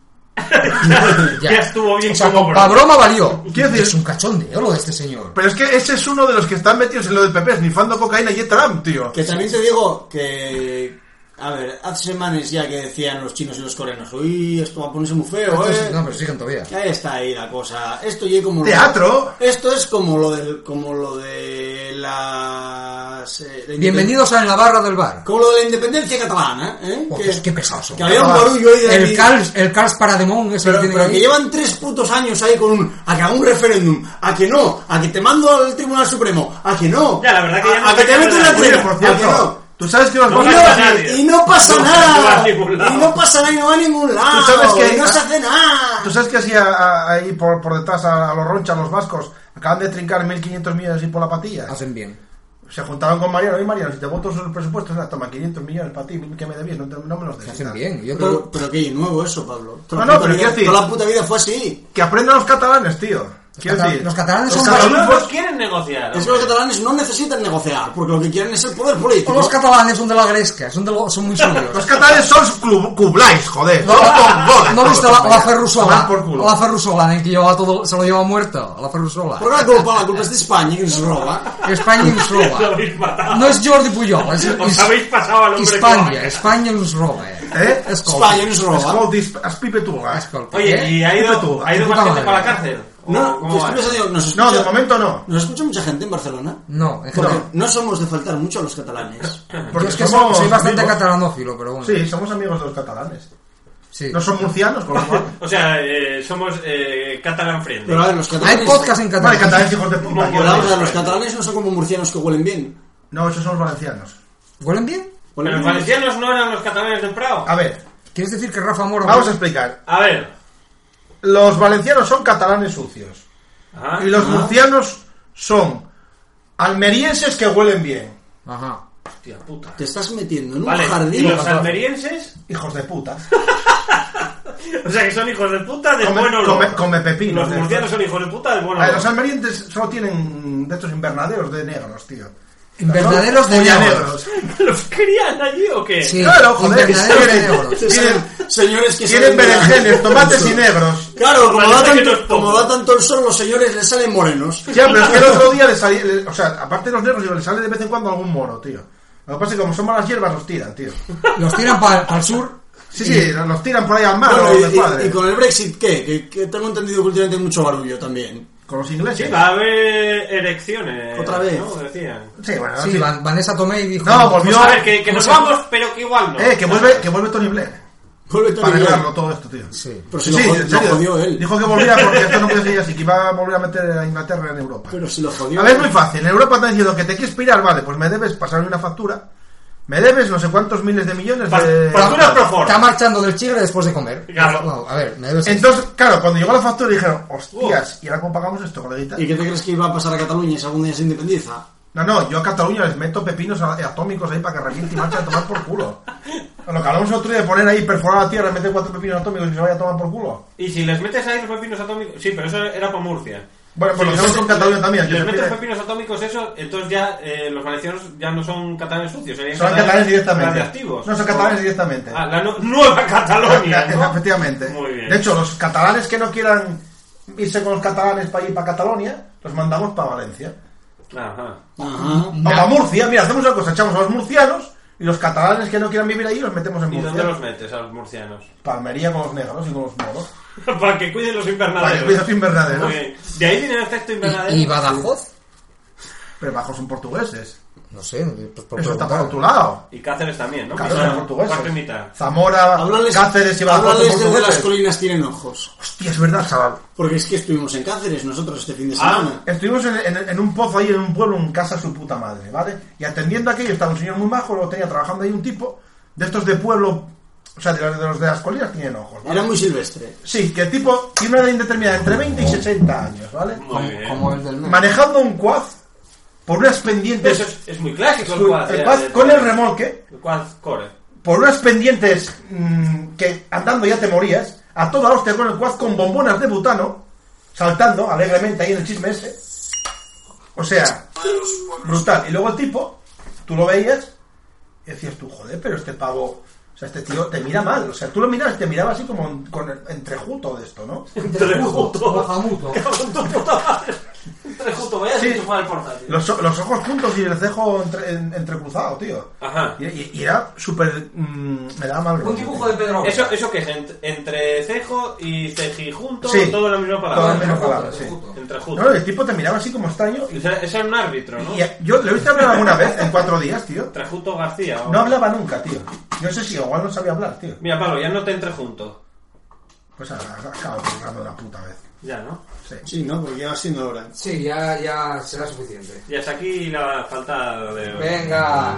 Ya estuvo bien O sea, como la broma valió. Quiero decir- Es un cachondeo lo de este señor. Pero es que ese es uno de los que están metidos en lo del PP, esnifando cocaína y es Trump, tío. Que también te digo que. A ver, hace semanas ya que decían los chinos y los coreanos, uy, esto va a ponerse muy feo, Entonces, eh. no, pero siguen todavía. Ahí está ahí la cosa. Esto ya como Teatro. Esto es como lo del, como lo de las. eh, la independ- Bienvenidos a En la Barra del Bar. Como lo de la independencia catalana, ¿eh? Oh, Dios, qué pesados son. Que había un barullo ahí de. El Carls, el Carls Parademón es el Pero, que tiene pero que ahí. llevan tres putos años ahí con un a que haga un referéndum, a que no, a que te mando al Tribunal Supremo, a que no, Ya, la verdad que ya a, no a que te te meto en la acuerdas. Oye, trena, por a que no. cierto, tú sabes que los No Y Vox- gana nadie. no, y no pasa No, no va a nada. ningún lado. Y no pasa nada y no va a ningún lado. Tú sabes que- y no se hace nada. Tú sabes que así a- a- ahí por, por detrás a, a los ronchas, los vascos, acaban de trincar 1.500 millones y por la patilla. Hacen bien. Se juntaron con Mariano. Y Mariano, si te voto sus presupuestos, nada, toma 500 millones para ti, que me debías, no, te- no me los des. Hacen bien. Yo todo- Pero, pero que nuevo eso, Pablo. Toda No, la no, puta pero vida- quiero decir- Toda la puta vida fue así. Que aprendan los catalanes, tío. Quiero cata- decir, los catalanes los son Los catalanes- nuevos quieren negociar. Es que los catalanes no necesitan negociar, porque lo que quieren es el poder político. Todos los catalanes son de la gresca, son, de lo- son muy Los suyos. catalanes son club, cublais, joder. No, son mongolas, ¿No viste a la, a la todos, Ferrusola? tomad por culo. A la Ferrusola, en que llevaba todo, se lo lleva muerto. A la Ferrusola. Porque la culpa, la culpa es de España que nos roba. España nos Os habéis roba. matado. No es Jordi Puyol, es, Os es- habéis pasado al hombre España. que- España nos roba. eh. ¿Eh? Es colpa. España nos Es roba. como dis- as pipe tú, ¿eh? Es colpa, Oye, ¿eh? ¿y ha Dime tú, ido, ha ido tu más puta gente madre. para la cárcel? ¿O No, cómo que va? estoy pensando, nos No, de escucha- momento no. Nos escucha mucha gente en Barcelona. No, en Porque general. no somos de faltar mucho a los catalanes. Porque Yo es que soy, somos soy bastante amigos. catalanófilo, pero bueno. Sí, somos amigos de los catalanes. sí. No son murcianos, con lo cual. O sea, eh, somos eh, Catalan Friendly. Pero a ver, los catalanes. Hay podcast en Vale, catalán. catalanes hijos de puta. Pero vamos a ver, quiero los decir. catalanes no son como murcianos que huelen bien. No, esos son los valencianos. ¿Huelen bien? Pero Huelen los bien. valencianos no eran los catalanes de Prado. A ver, ¿Quieres decir que Rafa Moro... vamos a explicar. A ver. Los valencianos son catalanes sucios. Ajá. Y los murcianos son almerienses que huelen bien. Ajá. Hostia puta. Te estás metiendo en un Vale, y jardín. los almerienses, Hijos de puta. o sea que son hijos de puta de Come- buen olor. come- come pepino, Los de murcianos estos. Ah, son hijos de puta de buen A ver, olor. los almerientes solo tienen de estos invernaderos de negros, tío. Invernaderos de Son negros. ¿Los crían allí o qué? Sí, Claro, joder, invernaderos de tienen- negros. Tienen- señores que Tienen salen de la- berenjenes, tomates y negros. Claro, como da, Parece que no es tanto, poco. como da tanto el sol, los señores les salen morenos. Ya, pero es que el otro día le salía. le- o sea, aparte de los negros, le sale de vez en cuando algún moro, tío. Lo que pasa es que como son malas hierbas, los tiran, tío. Los tiran para el sur. Sí, sí, los tiran por ahí al mar Bueno, o y- de y, padre. y con el Brexit, ¿qué? Que, que tengo entendido que últimamente hay mucho barullo también. Con los ingleses. Sí, va a haber erecciones. Otra vez. ¿no? Decían. Sí, bueno, Sí, sí. Van- Vanessa Tomei dijo. No, volvió. Vamos a ver, que, que ¿cómo nos se- vamos, pero que igual no. Eh, que vuelve, que vuelve Tony Blair. Vuelve Tony Para Blair. arreglarlo todo esto, tío. Sí. Pero si lo, jod- en lo serio. jodió él. Dijo que volvía porque esto no podía seguir así, que iba a volver a meter a Inglaterra en Europa. Pero si lo jodió A ver, es él. muy fácil. En Europa te han diciendo que te quieres pirar, vale, pues me debes pasarme una factura. Me debes no sé cuántos miles de millones Fa- de... facturas pro forma. Está marchando del chigre después de comer. Claro. Wow, a ver, me debes. Entonces, claro, cuando llegó la factura dijeron, hostias, ¿y ahora cómo pagamos esto, coleguita? ¿Y qué te crees que iba a pasar a Cataluña si algún día se independiza? No, no, yo a Cataluña les meto pepinos a- atómicos ahí para que reviente y marchen a tomar por culo. Lo que hablamos el otro día de poner ahí, perforar la tierra, meter cuatro pepinos atómicos y se vaya a tomar por culo. Y si les metes ahí los pepinos atómicos. Sí, pero eso era para Murcia. Bueno, pues Si les lo hacemos metes- con Cataluña también, que Les se metes pide- pepinos atómicos, eso, entonces ya eh, los valencianos ya no son catalanes sucios. serían Son catalanes directamente. radiactivos. No, son catalanes directamente. Ah, la nu- nueva Cataluña. ¿no? Efectivamente. Muy bien. De hecho, los catalanes que no quieran irse con los catalanes para ir para Cataluña, los mandamos para Valencia. Ajá. Ajá. O para Murcia. Mira, hacemos una cosa, echamos a los murcianos y los catalanes que no quieran vivir ahí los metemos en ¿Y dónde los Murcia. metes a los murcianos? Palmería con los negros y con los moros. para que cuiden los invernaderos. Para que cuiden los invernaderos. pues Muy bien. De ahí viene el efecto invernadero. ¿Y, y Badajoz? Pero bajos son portugueses. No sé. pues por Eso está preguntar. por tu lado. Y Cáceres también, ¿no? Cáceres Que son son portugueses. Cuatro y mitad. Zamora, Háblales, Cáceres y Badajoz háblales son desde las portugueses. colinas tienen ojos. Hostia, es verdad, chaval. Porque es que estuvimos en Cáceres nosotros este fin de Ah, semana. Estuvimos en, en- en un pozo ahí, en un pueblo, en casa su puta madre, ¿vale? Y atendiendo aquello, estaba un señor muy majo, luego tenía trabajando ahí un tipo, de estos de pueblo, o sea, de, los- de los de las colinas tienen ojos, ¿vale? Era muy silvestre. Sí, que el tipo tiene una edad indeterminada, entre 20 y 60 años, ¿vale? Muy bien. Como el del norte. Manejando un cuaz por unas pendientes... Eso es, es muy clásico el su- quad. el ya, cuaz de- con el remolque, El quad core. por unas pendientes mm, que andando ya te morías, a toda hostia con el cuaz con bombonas de butano, saltando alegremente ahí en el chisme ese. O sea, brutal. Y luego el tipo, tú lo veías y decías tú, joder, pero este pavo, o sea, este tío te mira mal. O sea, tú lo miras y te miraba así como en- con el- entrejuto de esto, ¿no? Entrejuto. Bajamuto. Con tu puta madre. Entrejuto, vaya Sí. sin enchufar el portátil. Los, o- los ojos juntos y el cejo entre- en- entrecruzado, tío. Ajá. Y, y- y era súper... mm, me daba mal. rollo, tío. Pedro. Eso, eso que es ent- entre cejo y cejijunto, Sí. todo la misma Todo en palabra. menos palabras, sí. Entrejuto. No, no, el tipo te miraba así como extraño y O sea, Ese era un árbitro, ¿no? Y a- yo le he visto hablar alguna vez en cuatro días, tío. Entrejuto García. o- No hablaba nunca, tío. Yo sé si igual no sabía hablar, tío. Mira, Pablo, ya no te entrejunto. Pues ha ha acabado el programa de una puta vez. Ya, ¿no? Sí. Sí, ¿no? Porque ya va siendo hora. Sí, ya, ya será suficiente. Y hasta aquí la falta de... Venga.